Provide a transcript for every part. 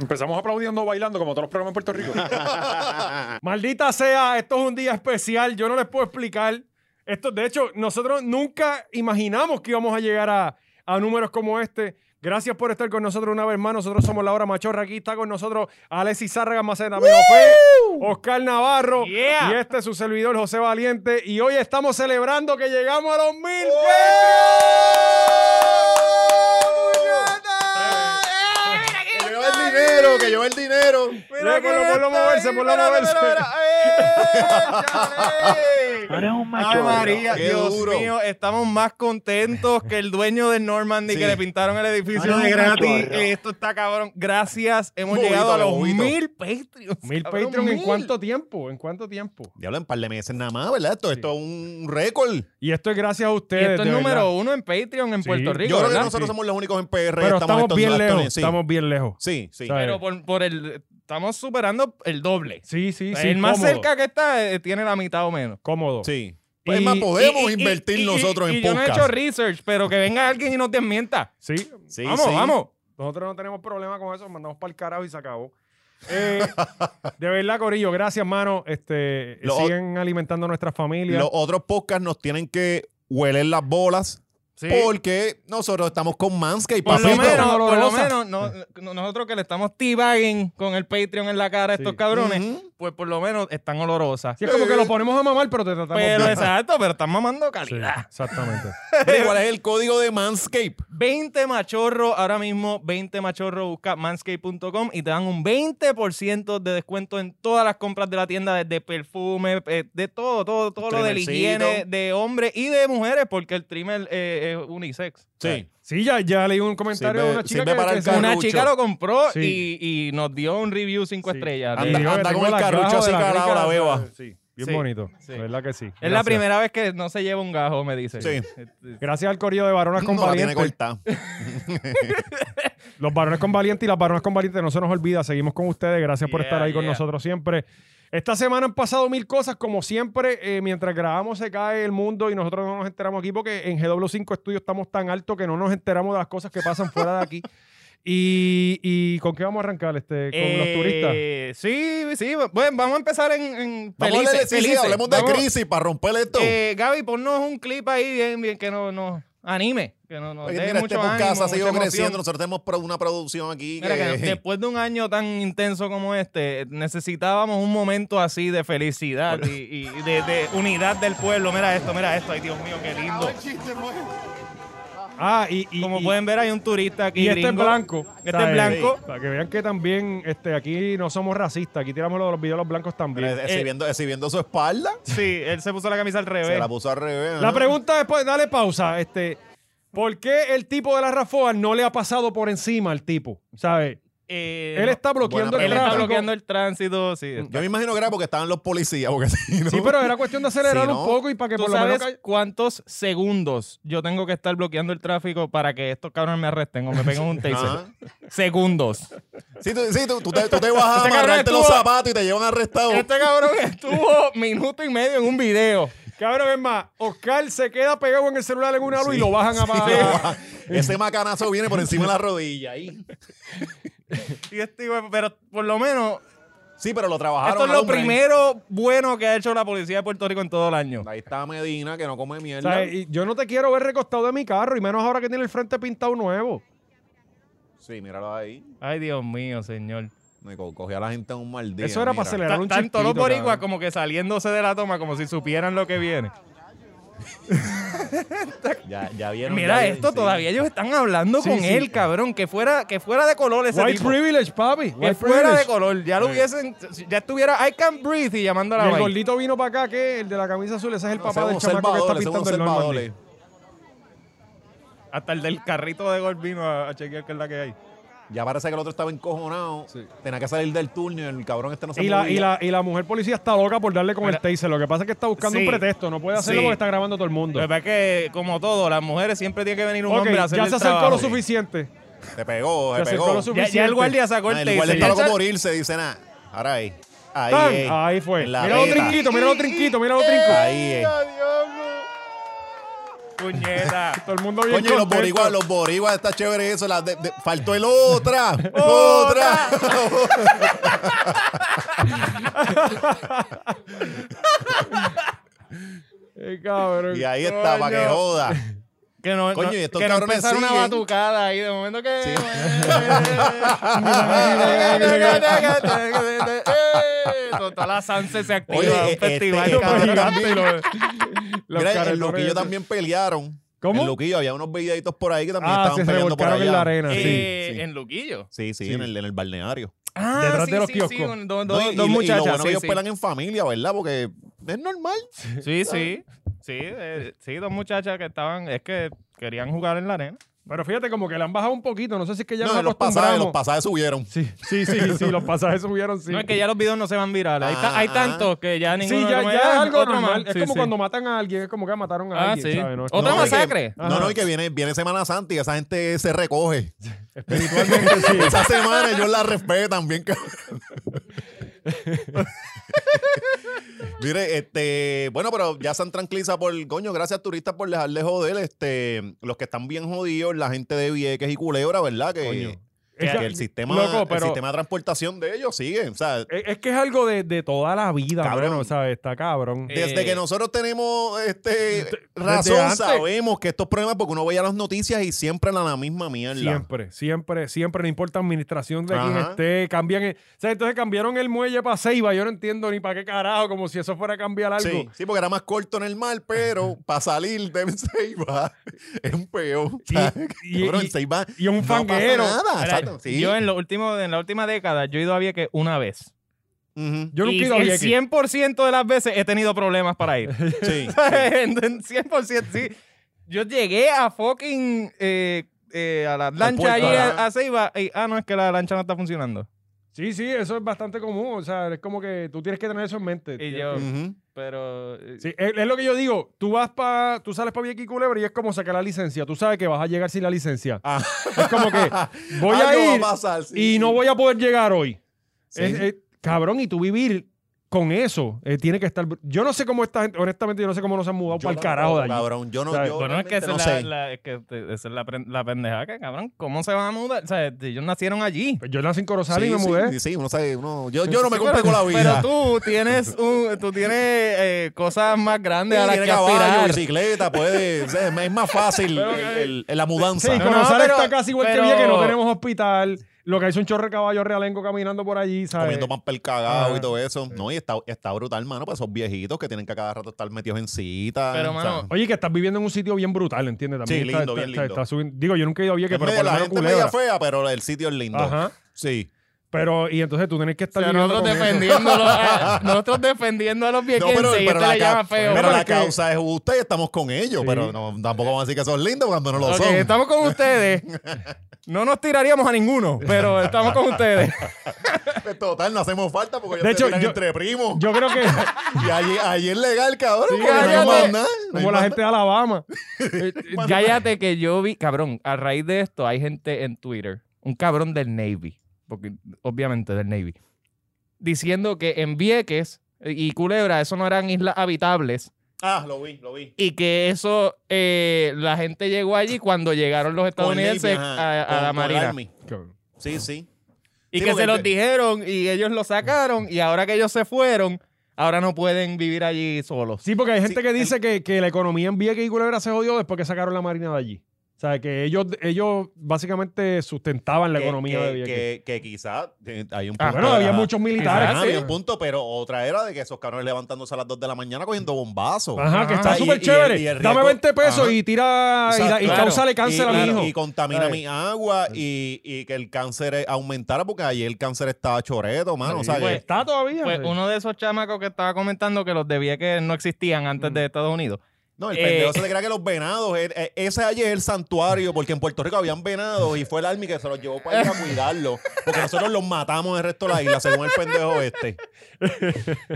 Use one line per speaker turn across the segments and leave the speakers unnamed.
Empezamos aplaudiendo, bailando, como todos los programas en Puerto Rico.
Maldita sea, esto es un día especial. Yo no les puedo explicar. Esto, de hecho, nosotros nunca imaginamos que íbamos a llegar a, a números como este. Gracias por estar con nosotros una vez más. Nosotros somos La Hora Machorra. Aquí está con nosotros Alexis Zárraga Macena Menofé, Oscar Navarro
Yeah.
y este es su servidor José Valiente. Y hoy estamos celebrando que llegamos a los mil.
Que
lleva el dinero, que lleva el dinero.
Mira, que ponlo, ponlo a moverse, ponlo a moverse.
Ahora es un
Ay,
macho.
María,
Qué
Dios
duro.
mío, estamos más contentos que el dueño del Normandy
Sí.
que le pintaron el edificio
Ahora
de
es un
gratis.
cachorro.
Esto está cabrón. Gracias, hemos
Bobito,
llegado a los
bobito.
mil Patreons.
Mil
cabrón,
Patreon en
mil.
cuánto tiempo, en cuánto tiempo.
Diablo, en par de meses nada más, ¿verdad? Esto, esto es un récord.
Y esto es gracias a
Y
ustedes.
esto es
de verdad.
número uno en Patreon en
Sí.
Puerto Rico.
Yo creo que
¿verdad?
nosotros
sí.
somos los únicos en PR.
Pero estamos,
estos-
bien
estos-
lejos.
sí.
Estamos bien lejos.
Sí, sí.
¿Sabes?
Pero por, por el. Estamos superando el doble.
Sí, sí, sí.
el más
cómodo,
cerca que está eh, tiene la mitad o menos.
Cómodo.
Sí.
Y-
Pues, es más, podemos
Y- y-
invertir
y- y-
nosotros
y
en
yo no he hecho
podcast.
research, pero que venga alguien y nos desmienta.
Sí.
Sí,
vamos,
sí.
vamos.
Nosotros no tenemos problema con eso. Mandamos para el carajo y se acabó. Eh, de verdad, Corillo, gracias, mano. Este,
Lo-
siguen alimentando a nuestra familia.
Los otros podcasts nos tienen que hueler las bolas
Sí.
porque nosotros estamos con Manscaped,
Por lo
papito.
menos, por lo
Olorosa.
menos, no- no- nosotros que le estamos teabagging con el Patreon en la cara a estos
Sí.
cabrones,
Ujú.
pues por lo menos están olorosas.
Sí, es como que lo ponemos a mamar, pero te tratamos
Pero
bien.
exacto, pero están mamando
Sí,
calidad.
exactamente.
Mira, ¿Cuál es el código de Manscaped?
20 machorro, ahora mismo 20 machorro, busca manscape.com y te dan un 20% de descuento en todas las compras de la tienda, desde perfume, eh, de todo, todo, todo lo de la
Trimercito.
higiene de hombres y de mujeres, porque el trimmer eh, es unisex.
Sí.
Sí, ya, ya leí un comentario de
Sirve-
una chica
sirve
que,
para
que
el
se-
Una
Carrucho.
chica lo compró
Sí.
y, y nos dio un review 5
Sí.
estrellas. de-
Sí, yo
Anda-
que
anda
tengo
con el
las
carrucho
gajas
así
de
calado
rica-
a la beba.
Sí, bien
Sí,
bonito.
sí.
De verdad que sí.
Es la
Gracias.
primera vez que no se lleva un gajo, me dice.
Sí.
Gracias al Corillo de Varonas con
No la tiene
Valiente.
cortada.
Los varones con valiente y las varonas con valiente no se nos olvida. Seguimos con ustedes. Gracias por
Yeah,
estar ahí con
yeah.
nosotros siempre. Esta semana han pasado mil cosas. Como siempre, eh, mientras grabamos se cae el mundo y nosotros no nos enteramos aquí porque en GW5 Estudios estamos tan alto que no nos enteramos de las cosas que pasan fuera de aquí. Y, y con qué vamos a arrancar? Este, con los turistas.
Eh, Sí, sí. Bueno, vamos a empezar en, en
Vamos a
felices,
hablar de, sí, sí,
felices.
hablemos de
Vamos-
crisis para romper esto.
Eh, Gaby, ponnos un clip ahí bien, bien que nos no, anime. Que no, nos
Oye,
dé
mira,
mucho
este podcast
ánimo,
ha
mucha
seguido
emoción.
creciendo. Nosotros tenemos pro- una producción aquí.
Mira, que
que-
después de un año tan intenso como este, necesitábamos un momento así de felicidad y, y de, de unidad del pueblo. Mira esto, mira esto. Ay, Dios mío, qué lindo.
Ah, y, y-
Como
y-
pueden ver, hay un turista aquí.
y este es
gringo.
blanco.
Este
O sea,
es blanco.
eh, Para que vean que también este, aquí no somos racistas. Aquí tiramos lo de los videos de los blancos
Mira,
también.
exhibiendo, exhibiendo su espalda.
Sí, él se puso la camisa al revés.
Se la puso al revés.
La
ajá.
pregunta después, dale pausa. Este, ¿Por qué el tipo de la Rafoa no le ha pasado por encima al tipo? ¿Sabes?
Eh,
Él
no,
está bloqueando Mm.
buena
el
él
pregunta.
está
tráfico.
bloqueando el tránsito. Sí, está-
Yo me imagino que era porque estaban los policías. Porque si no-
Sí, pero era cuestión de acelerar
Sí, ¿no?
un poco y para que
¿Tú
por lo menos...
sabes cuántos segundos yo tengo que estar bloqueando el tráfico para que estos cabrones me arresten o me peguen un taser?
Ajá.
segundos.
Sí, tú, sí, tú, tú te, tú te vas a
Este cabrón
amarrarte los
estuvo-
zapatos y te llevan arrestado.
Este cabrón estuvo minuto y medio en un video.
Cabrón, es más, Oscar se queda pegado en el celular en una luz y
Sí,
lo bajan a
sí,
bajar.
lo bajan. Ese macanazo viene por encima de la rodilla. ahí.
Y este, hijo- pero por lo menos,
Sí, pero lo trabajaron.
esto es
al
lo
hombre.
primero bueno que ha hecho la policía de Puerto Rico en todo el año.
Ahí está Medina, que no come
O
mierda.
sea, y yo no te quiero ver recostado de mi carro, y menos ahora que tiene el frente pintado nuevo.
Sí, míralo ahí.
Ay, Dios mío, señor.
Me co- Cogió a la gente en un mal día.
Eso era para
mira.
acelerar. Era un
Tanto los
chispito,
boricuas
cabrón.
como que saliéndose de la toma, como si supieran lo que viene.
Ya, ya vieron.
Mira
ya
esto,
vieron, sí.
todavía ellos están hablando
Sí,
con
sí.
él, cabrón. Que fuera, que fuera de color ese
White
tipo.
privilege, papi.
Que
White
fuera de
privilege.
color. Ya lo hubiesen. Ya estuviera I can breathe y llamando a
Y
la
el
vaina.
gordito vino para acá, que el de la camisa azul, ese es el
No,
papá
son
del chamaco que está
observadores, son
pintando el
observadores.
normal.
Hasta el del carrito de golf vino a, a chequear qué es la que hay.
Ya parece que el otro estaba encojonado.
Sí.
Tenía que salir del turno y el cabrón este no se
Y la,
movía.
y, la, y la mujer policía está loca por darle con
Mira.
el taser. Lo que pasa es que está buscando
Sí.
un pretexto. No puede hacerlo
Sí.
porque está grabando todo el mundo.
Lo que pasa es que, como todo, las mujeres siempre tiene que venir un
Ok,
hombre a hacer
ya se acercó lo suficiente.
Se pegó,
Se
se
acercó
pegó.
lo su-
Ya, ya el guardia sacó
Ah,
el
el igual
taser.
está loco por morirse, dice nada. Ahora ahí. Ahí,
¡Tan!
eh.
Ahí fue.
En la
Mira los
teta.
trinquitos, mira los trinquitos, mira los trinquitos.
Ahí, eh.
Puñeta.
Todo el mundo bien
Coño, y los
contento.
boriguas, los boriguas, está chévere eso. la de- de- faltó el otra, otra.
Eh, cabrón.
Y ahí está, para que
Coño.
joda.
Que no,
Coño,
no-
y estos
que no
cabrones
empezara una
siguen.
batucada ahí de momento que.
Sí.
Toda la Sanse se activa.
Oye,
un
este
festival.
cabrón
cabrón.
también.
Los
Mira, en
caretones
Luquillo
esos.
también pelearon.
¿Cómo?
En Luquillo había unos videitos por ahí que también
Ah,
estaban
se
peleando por
revolcaron
allá.
en la arena, sí.
Eh,
sí.
En Luquillo.
Sí, sí,
Sí.
En, el, en el balneario.
Ah,
Detrás
sí,
de los
sí,
kioscos.
Sí, con dos,
No,
dos-
y- y-
dos
y lo
muchachas.
bueno que
sí,
ellos
sí.
pelan en familia, ¿verdad? Porque es normal.
Sí, sí. Sí, eh, sí, dos muchachas que estaban, es que querían jugar en la arena.
Pero fíjate, como que le han bajado un poquito. No sé si es que ya
no,
nos
y los pasajes, los
acostumbramos.
pasajes subieron.
Sí, sí, sí, sí, los pasajes subieron, sí.
No, es que ya los videos no se van virales. Ahí está-
Ah,
hay
ah.
tantos que ya
Sí,
ninguno...
ya,
como,
ya es
ah,
algo
otro más.
normal. Es
Sí,
como
sí.
cuando matan a alguien, es como que mataron a
Ah,
alguien,
sí.
¿sabes? No,
Otra
no,
y que-
masacre.
no, no, y que viene, viene Semana Santa y esa gente se recoge.
espiritualmente sí.
Esa semana ellos la respetan bien. cabrón. Mire, este, bueno, pero ya se han tranquilizado por, coño, gracias turistas por dejarle joder, este, los que están bien jodidos, la gente de Vieques y Culebra, ¿verdad? Que,
Coño.
que
Esa-
el sistema,
Loco,
el
pero-
sistema de transportación de ellos sigue, o sea,
Es es que es algo de, de toda la vida,
Cabrón.
cabrón. ¿sabes? Está cabrón.
Eh,
Desde que nosotros tenemos este razón,
antes.
sabemos que estos problemas, porque uno veía las noticias y siempre la, la misma mierda.
Siempre, siempre, siempre, no importa administración de quién
Ajá.
esté, cambian. el- o sea, entonces cambiaron el muelle para Ceiba, yo no entiendo ni para qué carajo, como si eso fuera a cambiar algo.
Sí, sí, porque era más corto en el mar, pero para salir de Ceiba es un peo.
Y- y-
Cabrón,
y-
en Ceiba
y un
no pasa
fanguero.
nada,
Ahora,
exacto, sí.
Yo en, lo último, en la última década, yo he ido a Vieques una vez.
Ujú,
Yo nunca
y
he ido a
el
Vieques.
100% de las veces he tenido problemas para ir.
sí.
En- en 100%, sí. Yo llegué a fucking... eh, eh, a la lancha allí
puerto,
a,
ajá.
a Ceiba y, ah, no, es que la lancha no está funcionando.
Sí, sí, eso es bastante común. O sea, es como que tú tienes que tener eso en mente.
Y yo,
ujú.
pero... eh,
Sí, es, es lo que yo digo. Tú vas para, tú sales para Vieques y Culebra y es como sacar la licencia. Tú sabes que vas a llegar sin la licencia.
Ah.
Es como que voy
Algo va
a
a
ir
pasar, sí,
y
sí.
no voy a poder llegar hoy.
Sí.
Es- es- cabrón, y tú vivir con eso eh, tiene que estar. br- Yo no sé cómo esta gente, honestamente, yo no sé cómo nos han mudado
Yo
para el
tampoco,
carajo de allí.
Cabrón, yo no,
¿Sabes?
yo
Bueno, es que
realmente
esa,
no
es, la,
sé.
la- es que te- esa es la, pre- la pendeja que, cabrón, ¿cómo se van a mudar? O sea, si ellos nacieron allí.
Pues Yo nací en Corozal y
Sí,
me
sí,
mudé.
Sí, sí, uno sabe, uno- yo, yo no me
Sí,
compré
pero-
con la vida.
Pero tú tienes, un, tú tienes eh, cosas más grandes
Sí,
a las
tiene
que
caballo,
aspirar.
bicicleta, puede. o sea, es más- es más fácil
Pero,
el- el- la
Sí,
mudanza.
Corozal
No, pero-
está casi igual
pero-
que Vieques, no tenemos hospital. Lo que hay es un chorro de caballo realengo caminando por allí, ¿sabes?
Comiendo papel cagado
Ajá.
y todo eso. No, y está, está brutal, mano, pues esos viejitos que tienen que a cada rato estar metidos en cita.
Pero,
o
mano,
sea,
Oye, que estás viviendo en un sitio bien brutal, ¿entiendes? También
Sí,
está-
lindo,
está-
bien
está-
lindo.
está subiendo- Digo, yo nunca he ido a Vieques,
es
pero
media-
por lo
la
menos
gente es media
Culebra.
fea, pero el sitio es lindo.
Ajá.
Sí.
Pero, y entonces tú tienes que
O
estar
sea,
viviendo
nosotros
con eso.
defendiendo, a, nosotros defendiendo a los viequenses y este le
ca-
llama feo.
pero la
porque-
causa es justa y estamos con ellos.
Sí.
Pero no, tampoco vamos a decir que son lindos cuando no lo
Ok,
son.
estamos con ustedes. No nos tiraríamos a ninguno, pero estamos con ustedes.
Total, no hacemos falta
De
porque ellos
hecho,
se tiran
yo-
entre primos.
Yo creo que
y allí, allí es legal, cabrón.
Sí,
porque no hay
cállate.
más nada, no hay
como la
más
gente de Alabama.
Cállate que yo vi, cabrón, a raíz de esto hay gente en Twitter, un cabrón del Navy, porque obviamente del Navy, diciendo que en Vieques eh, y Culebra eso no eran islas habitables
Ah, lo vi, lo vi.
y que eso eh, la gente llegó allí cuando llegaron los
Con
estadounidenses
Navy, ajá,
a, a
con-
la
con
marina.
Army. Sí, sí.
Y
Sí,
que
porque
se los
el-
dijeron y ellos lo sacaron y ahora que ellos se fueron, ahora no pueden vivir allí solos.
Sí, porque hay gente
Sí,
que
el-
dice que, que la economía en Vieques y Culebra se jodió después que sacaron la marina de allí. O sea, que ellos, ellos básicamente sustentaban la
que-
economía
que,
de Vieques.
Que, que quizás eh, hay un punto.
Ah, bueno, había
ajá.
muchos militares.
Ajá,
sí.
había un punto, pero otra era de que esos cabrones levantándose a las 2 de la mañana cogiendo bombazos.
Ajá, que está
Ajá, y-
súper
y el-
chévere.
y el
Dame
riesgo-
20 pesos
Ajá.
y tira y, la- y
Exacto.
causale cáncer
y,
a mi
claro,
hijo.
Y contamina
Ay.
mi agua y, y que el cáncer eh, aumentara porque ahí el cáncer estaba choreto, mano. o sea,
Sí,
que-
pues, está todavía.
Pues
Sí.
uno de esos chamacos que estaba comentando que los de Vieques no existían antes
Mm.
de Estados Unidos.
no, el
eh.
pendejo se le crea que los venados, eh, eh, ese allí es el santuario, porque en Puerto Rico habían venados y fue el army que se los llevó para allá a cuidarlos. Porque nosotros los matamos el resto de la isla, según el pendejo este.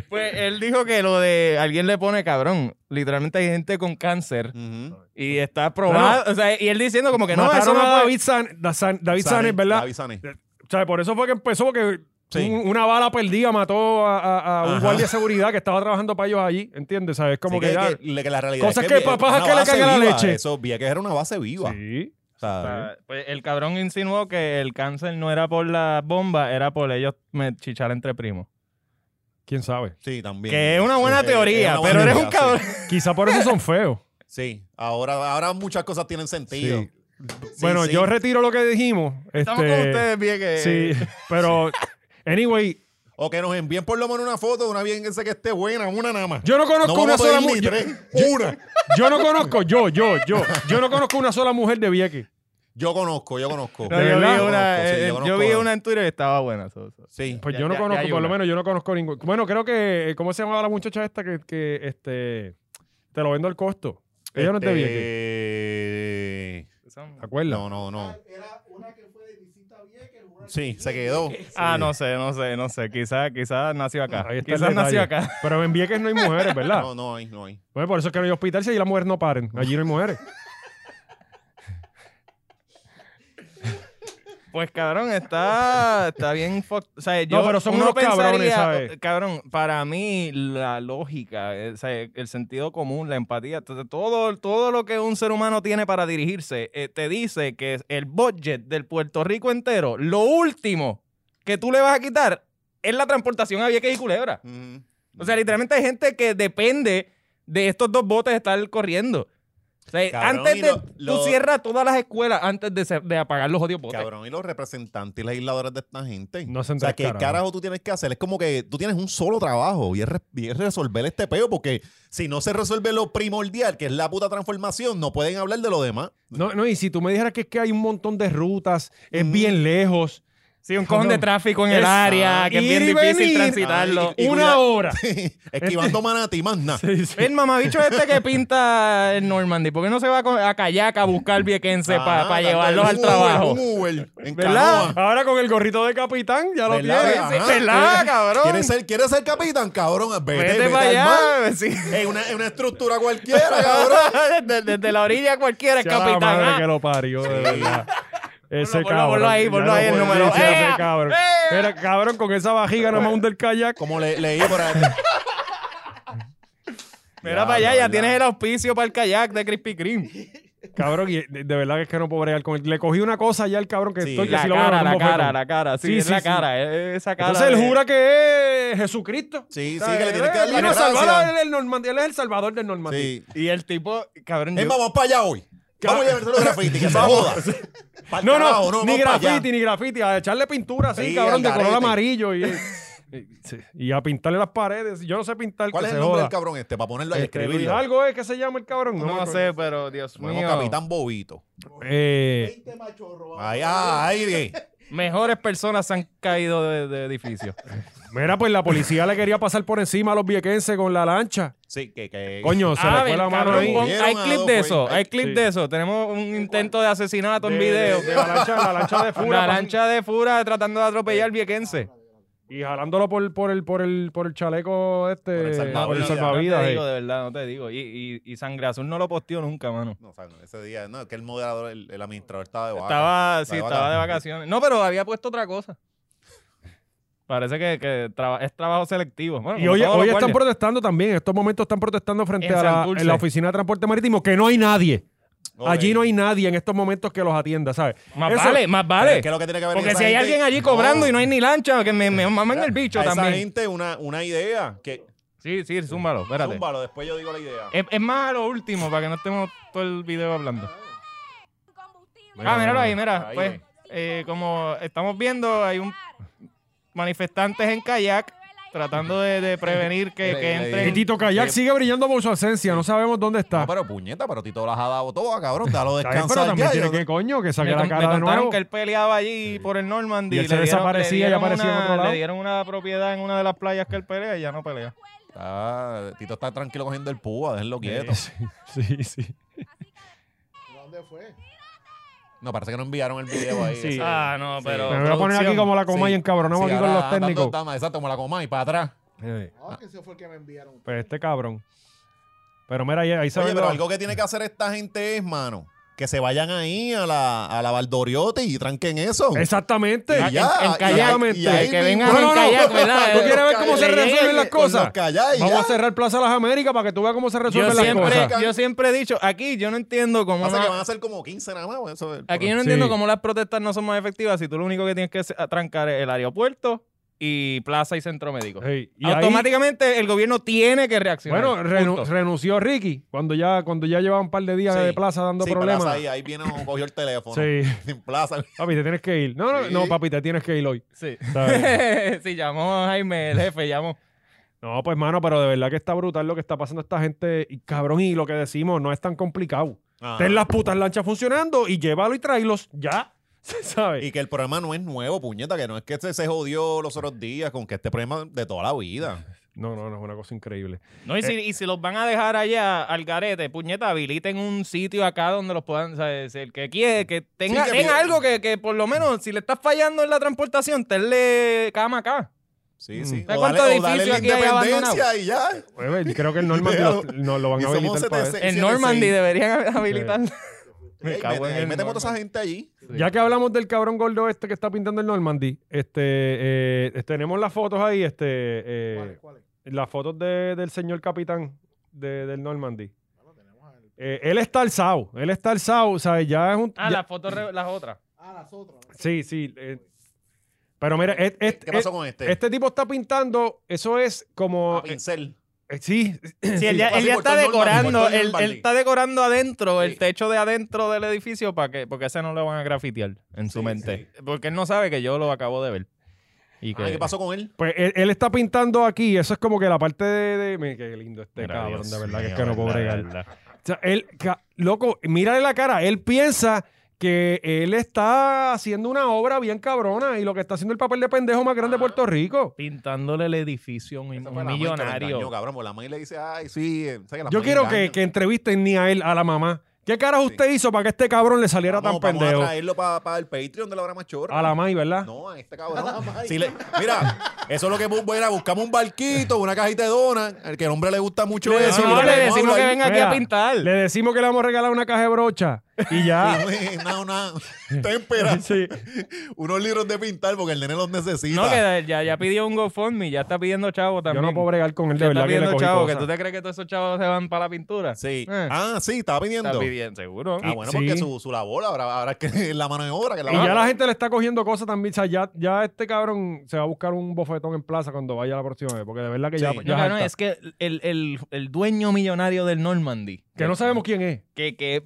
Pues él dijo que lo de alguien le pone cabrón. Literalmente hay gente con cáncer
Ujú.
y está probado. O sea, y él diciendo como que no, eso
Mataron
no
a
puede-
David, San, da- San- David
Sane,
Sanes, ¿verdad?
David Sane.
O sea, por eso fue que empezó, porque
Sí.
Un- una bala perdida mató a, a- a un
Ajá.
guardia de seguridad que estaba trabajando para ellos allí, ¿entiendes? ¿Sabes? Como
Así
que, ya-
que- le- que la realidad
cosas
es
que
vie-
papás
una
que le
base
cagan la
viva,
leche.
Eso, Vieques era una base viva.
Sí.
o sea,
O sea, pues, el cabrón insinuó que el cáncer no era por la bomba, era por ellos me- chichar entre primos.
¿Quién sabe?
sí, también.
Que es una buena
Sí,
teoría,
es una
pero
buena
eres un
teoría,
cabrón.
sí.
Quizá por eso son feos.
Sí, ahora, ahora muchas cosas tienen sentido.
Sí.
Sí,
bueno,
sí.
yo retiro lo que dijimos.
Estamos
este,
con ustedes, bien que...
Sí, pero. Anyway,
O que nos envíen por lo menos una foto de una bien que esté buena, una nada más.
yo no conozco
no vamos
una
a pedir
sola
ni
mujer. Yo,
tres, una.
yo no conozco, yo, yo, yo. Yo no conozco una sola mujer de Vieques.
Yo conozco, yo conozco.
No,
¿De
yo, vi
verdad?
una,
Conozco, sí,
eh,
yo
yo
conozco
vi
a-
una en Twitter y estaba buena. so- so.
Sí.
Pues
Ya-
yo no
ya- ya
conozco,
hay
por lo
una.
menos yo no conozco ningún. Bueno, creo que. eh, ¿Cómo se llamaba la muchacha esta que, que, este, te lo vendo al costo? Ella Pues, no es de Vieques.
Este,
¿Te acuerdas?
No, no, no.
Era una que fue de visita a Vieques. una
Sí,
que-
se quedó.
Ah, no sé, no sé, no sé. Quizás quizá nació acá.
Ahí está el
Quizás nació
detalle.
acá.
Pero en Vieques no hay mujeres, ¿verdad?
No, no hay, no hay.
Bueno, por eso es que no hay hospital si allí las mujeres no paren. Allí no hay mujeres.
Pues cabrón, está, está bien. fuck- O sea, yo,
pero son
uno
unos
pensaría,
cabrones, ¿sabes?
Cabrón, para mí la lógica, eh, o sea, el sentido común, la empatía, to- todo, todo lo que un ser humano tiene para dirigirse, eh, te dice que el budget del Puerto Rico entero, lo último que tú le vas a quitar es la transportación a Vieques y Culebra.
Ujú.
O sea, literalmente hay gente que depende de estos dos botes estar corriendo. O sea,
Cabrón, y
antes de.
lo-
Tú
lo-
cierras todas las escuelas antes de, se- de apagar los odios botes.
Cabrón, y los representantes y las legisladores de esta gente.
No hacen
o sea,
tres
¿qué
carajos.
carajo tú tienes que hacer? Es como que tú tienes un solo trabajo y es, re- y es resolver este peo, porque si no se resuelve lo primordial, que es la puta transformación, no pueden hablar de lo demás.
No, no, y si tú me dijeras que es que hay un montón de rutas, es
Mm.
bien lejos.
Sí, un cojón de
Cabrón.
tráfico en el
Es-
área, que es
Ir
bien
y
difícil
venir.
transitarlo.
Y
una
cuida-
hora.
Esquivando manatí, más nada.
El mamabicho este que pinta el Normandy, ¿por qué no se va con- a kayak a buscar viequense para
Ah,
llevarlos al
un Uber,
trabajo?
un Uber, en
¿Verdad?
canoa.
Ahora con el gorrito de capitán ya lo
¿Verdad?
tienes.
Ajá.
¿Verdad, cabrón?
¿Quieres ser, ¿Quieres ser capitán, cabrón? Vete,
Vete
vete
para
al mar.
allá. sí.
Es una, es una estructura cualquiera, cabrón.
desde, desde la orilla cualquiera es
Sea la
capitán.
madre
ah.
que lo parió, de verdad. Ese
Ponlo, ponlo,
cabrón.
ponlo ahí,
ya
ponlo
no
ahí el
puedo
número. ¡Eh!
decir ese
¡Ea!
cabrón.
¡Ea!
Mira, cabrón, con esa vajiga no más un del kayak.
Como le, leí por ahí.
Mira para allá, ya
¿verdad?
tienes el auspicio para el kayak de Krispy Kreme.
Cabrón, y de, de verdad que es que no puedo bregar con él. Le cogí una cosa ya al cabrón que
Sí.
estoy que
La
si lo voy a
cara,
dar
la
como fue
cara,
con-
la cara. Sí,
Sí,
es
sí,
la
sí.
cara. es- Esa cara.
Entonces él
de-
jura que es Jesucristo.
Sí,
O
sí,
sea,
que le tienes que dar
él
la
vino a salvar
gracia.
al- el Normandía, él es el salvador del Normandía.
Sí.
Y el tipo, cabrón.
Es
yo-
más, vamos para allá hoy. Vamos a llevarse los graffiti, que se joda. Pa'l
No, no,
carajo,
ni
vamos pa' allá.
graffiti, ni graffiti. A echarle pintura así,
Sí,
cabrón,
al
de color
garete.
amarillo. Y, sí, y a pintarle las paredes. Yo no sé pintar.
¿Cuál
que
es
se
el nombre
joda.
del cabrón este? Para ponerlo ahí,
Este, Luis
escribirlo.
algo es que se llama el cabrón.
No,
me acuerdo.
sé, pero Dios
Ponemos
mío.
Capitán Bobito.
Eh,
20 machorros.
Ahí, ah, ahí, bien.
Mejores personas se han caído de, de edificios.
mira, pues la policía le quería pasar por encima a los viequenses con la lancha.
Sí, que, que...
Coño, se le
Ah,
fue
el
la mano
cabrón,
ahí.
pon-
Vieron
hay
a
clip
dos,
de
pues.
eso, hay
Sí.
clip de eso. Tenemos un intento de asesinato
De-
en video.
de- de la, lancha, la lancha de furia.
Una
pas-
lancha de fura tratando de atropellar viequense.
Y jalándolo por, por, el, por, el, por el chaleco este.
Por el salvavidas.
por el
No
salvavidas,
te
eh.
digo, de verdad, no te digo. Y, y, y Sangre Azul no lo posteó nunca, mano.
No, o sea, ese día, no, que el moderador, el, el administrador estaba de baja.
Estaba, sí,
de
estaba de vacaciones. No, pero había puesto otra cosa. Parece que, que traba- es trabajo selectivo. Bueno,
Y
como
hoy,
todos los
hoy están
guardias.
protestando también, en estos momentos están protestando frente
En
a la,
Santurce.
en la Oficina de Transporte Marítimo, que no hay nadie.
Ok.
Allí no hay nadie en estos momentos que los atienda, ¿sabes?
Más
Eso-
vale, más
Pero
vale.
es que lo que tiene que haber
Porque
esa
si hay
gente-
alguien allí cobrando y no hay ni lancha, que me, me mamen el bicho
a esa
también.
gente una, una idea. Que,
Sí, sí, zúmbalo, espérate.
zúmbalo, después yo digo la idea.
Es, es más a lo último, para que no estemos todo el video hablando.
combustible.
Ah, míralo ahí, mira.
Ahí.
Pues, eh, como estamos viendo, hay un manifestantes en kayak tratando de, de prevenir que, que
Y
entren.
Tito Kayak sigue brillando por su ausencia, no sabemos dónde está.
No, pero puñeta, pero Tito las ha dado todas, cabrón. Dalo
Está bien, pero
descansar
también
ya,
tiene
yo-
que coño que
Me,
saque
con-
la
me
cara de
contaron
nuevo.
que él peleaba allí por el Normandy.
Y él se desaparecía y
le dieron
aparecía en
una-
otro lado.
Le dieron una propiedad en una de las playas que él pelea y ya no pelea.
Ah, Tito está tranquilo cogiendo el púa, déjenlo quieto.
Sí, sí.
¿Dónde fue?
No, parece que no enviaron el video ahí.
Sí.
ese.
Ah, no, pero.
Me voy a poner aquí
producción.
como la coma y
Sí.
encabronamos
Sí,
aquí con
ahora
los
dando-
técnicos.
dando- exacto, como la coma y para atrás.
Eh,
No, Ah, que ese fue el que me enviaron.
Pues este cabrón. Pero mira, ahí, ahí se
Oye,
ve
pero
lo-
algo que tiene que hacer esta gente es, mano, que se vayan ahí a la, a la Valdoriote y tranquen eso.
Exactamente.
Y ya,
en, en
y
kayak,
ahí- y ahí
que vengan
mismo.
No,
en
Este, no, no.
kayak, ¿verdad?
¿Tú quieres ver cómo se
Lleguen
resuelven las
Con
cosas?
los calláis,
Vamos
ya.
a cerrar Plaza Las Américas para que tú veas cómo se
Yo
resuelven las
siempre,
cosas.
yo siempre he dicho, aquí yo no entiendo cómo...
Pasa
la-
que van a ser como 15 nada más. bueno, eso es-
Aquí yo
pero-
no entiendo
Sí.
cómo las protestas no son más efectivas si tú lo único que tienes que es atrancar es el aeropuerto y plaza y centro médico.
Ey, Eh, y ahí-
Automáticamente el gobierno tiene que reaccionar.
bueno, renu-
Punto.
renunció Ricky cuando ya, cuando ya llevaba un par de días
Sí.
de plaza dando
Sí,
problemas.
plaza ahí, ahí viene, cogió el teléfono.
Sí.
Sin plaza.
Papi, te tienes que ir. No, no,
Sí.
no, papi, te tienes que ir hoy.
sí.
¿sabes?
sí, llamó a Jaime, el jefe, llamó.
no, pues, mano, pero de verdad que está brutal lo que está pasando a esta gente. Y cabrón, y lo que decimos no es tan complicado.
Ajá.
Ten las putas lanchas funcionando y llévalo y tráelos ya. ¿Sabes?
Y que el problema no es nuevo, puñeta, que no es que se, se jodió los otros días, con que este problema de toda la vida.
No, no, no, es una cosa increíble.
No, y, si, y si los van a dejar allá al garete, puñeta, habiliten un sitio acá donde los puedan, o sea, es el que quiere, que tenga,
Sí, que
tenga
pide-
algo que, que por lo menos, si le estás fallando en la transportación, tenle cama acá.
Sí, sí.
Mm. ¿Sabes cuánto edificio
la
aquí hay
independencia y ya.
Bueno, yo creo que el Norman lo, no, lo van
Y
a
somos
habilitar para eso.
76.
En Normandy
76.
deberían habilitarlo.
Ey,
cago en
mete-
el
Metemos toda esa
Normandy.
gente allí.
Ya que hablamos del cabrón gordo este que está pintando el Normandy, este, eh, eh, tenemos las fotos ahí, este, eh,
¿Cuáles, cuáles?
las fotos de- del señor capitán de- del Normandy.
Bueno, tenemos al-
Eh, él está alzado, él está alzado, o sea, ya es un...
Ah,
ya-
las fotos, re- las otras.
Ah, las otras. ¿no?
Sí, sí. eh,
Pues,
pero mira, es- es-
¿Qué pasó
es-
con este?
este tipo está pintando, eso es como...
Ah,
A pincel.
eh, sí,
Sí, él ya,
Así
él ya está
por todo Normandy,
decorando,
por todo
él,
Normandy.
él está decorando adentro, el
Sí.
techo de adentro del edificio, para que, porque ese no lo van a grafitear en su mente. Porque él no sabe que yo lo acabo de ver. Y que,
Ah, ¿Qué pasó con él?
Pues él, él está pintando aquí, eso es como que la parte de... de- mira, qué lindo este
Mira,
cabrón,
Dios
de verdad, que es
mío,
que no puedo
verdad,
bregar.
verdad.
O sea, él, ca- loco, mírale la cara. Él piensa que él está haciendo una obra bien cabrona y lo que está haciendo el papel de pendejo más grande de Puerto Rico.
Pintándole el edificio a un,
Esa
un
fue la maíz que lo engañó,
millonario.
cabrón, porque la maíz le dice, ay, sí. eh, ¿sabes que las
Yo
maíz
quiero que,
engañan?
que entrevisten ni a él, a la mamá. ¿Qué carajo usted hizo para que este cabrón le saliera
Vamos-
tan
Vamos
pendejo?
a traerlo para el Patreon de la hora machorra.
A la May, ¿verdad?
No, a este cabrón. Si le- mira, eso es lo que bu- bueno, buscamos un barquito, una cajita de donas, al que el hombre le gusta mucho
Le-
eso.
no,
y lo
le
ponemos
decimos que
ahí.
venga aquí a pintar.
Le decimos que le vamos a regalar una caja de brocha y ya.
Sí, una, una témpera,
Sí.
unos libros de pintar porque el nene los necesita.
No, que ya, ya pidió un GoFundMe, ya está pidiendo chavo
Yo
también.
no puedo bregar con él, de
Le
verdad
está
que le
pidiendo
cogí
chavo, que tú
cosas.
te crees que todos esos chavos se van para la pintura.
Sí.
Eh,
Ah, sí, estaba pidiendo.
está pidiendo, seguro.
Ah, bueno,
Sí.
porque su, su labor ahora, ahora es que es la mano de obra. Que la
Y
mano-
ya la gente le está cogiendo cosas también. O sea, ya, ya este cabrón se va a buscar un bofetón en plaza cuando vaya la próxima vez. Porque de verdad que ya,
Sí.
ya
No, cabrón,
jalta.
es que el, el- el dueño millonario del Normandy.
Que no sabemos quién es.
Que, que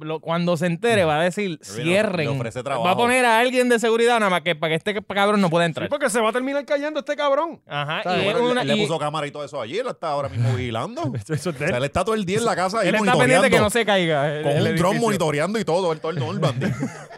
lo- cuando se entere va a decir,
le-
cierren.
le ofrece trabajo.
Va a poner a alguien de seguridad nada más que para que este cabrón no pueda entrar.
Sí, porque se va a terminar cayendo este cabrón.
Ajá,
Bueno,
y es
él-
una-
él le
y
puso cámara y todo eso ayer, lo está ahora mismo vigilando. o
Eso es de él.
sea, él está todo el día en la casa ahí
él está pendiente que no se caiga. el-
Con
el
un
edificio.
dron monitoreando y todo, el, todo el Normandy.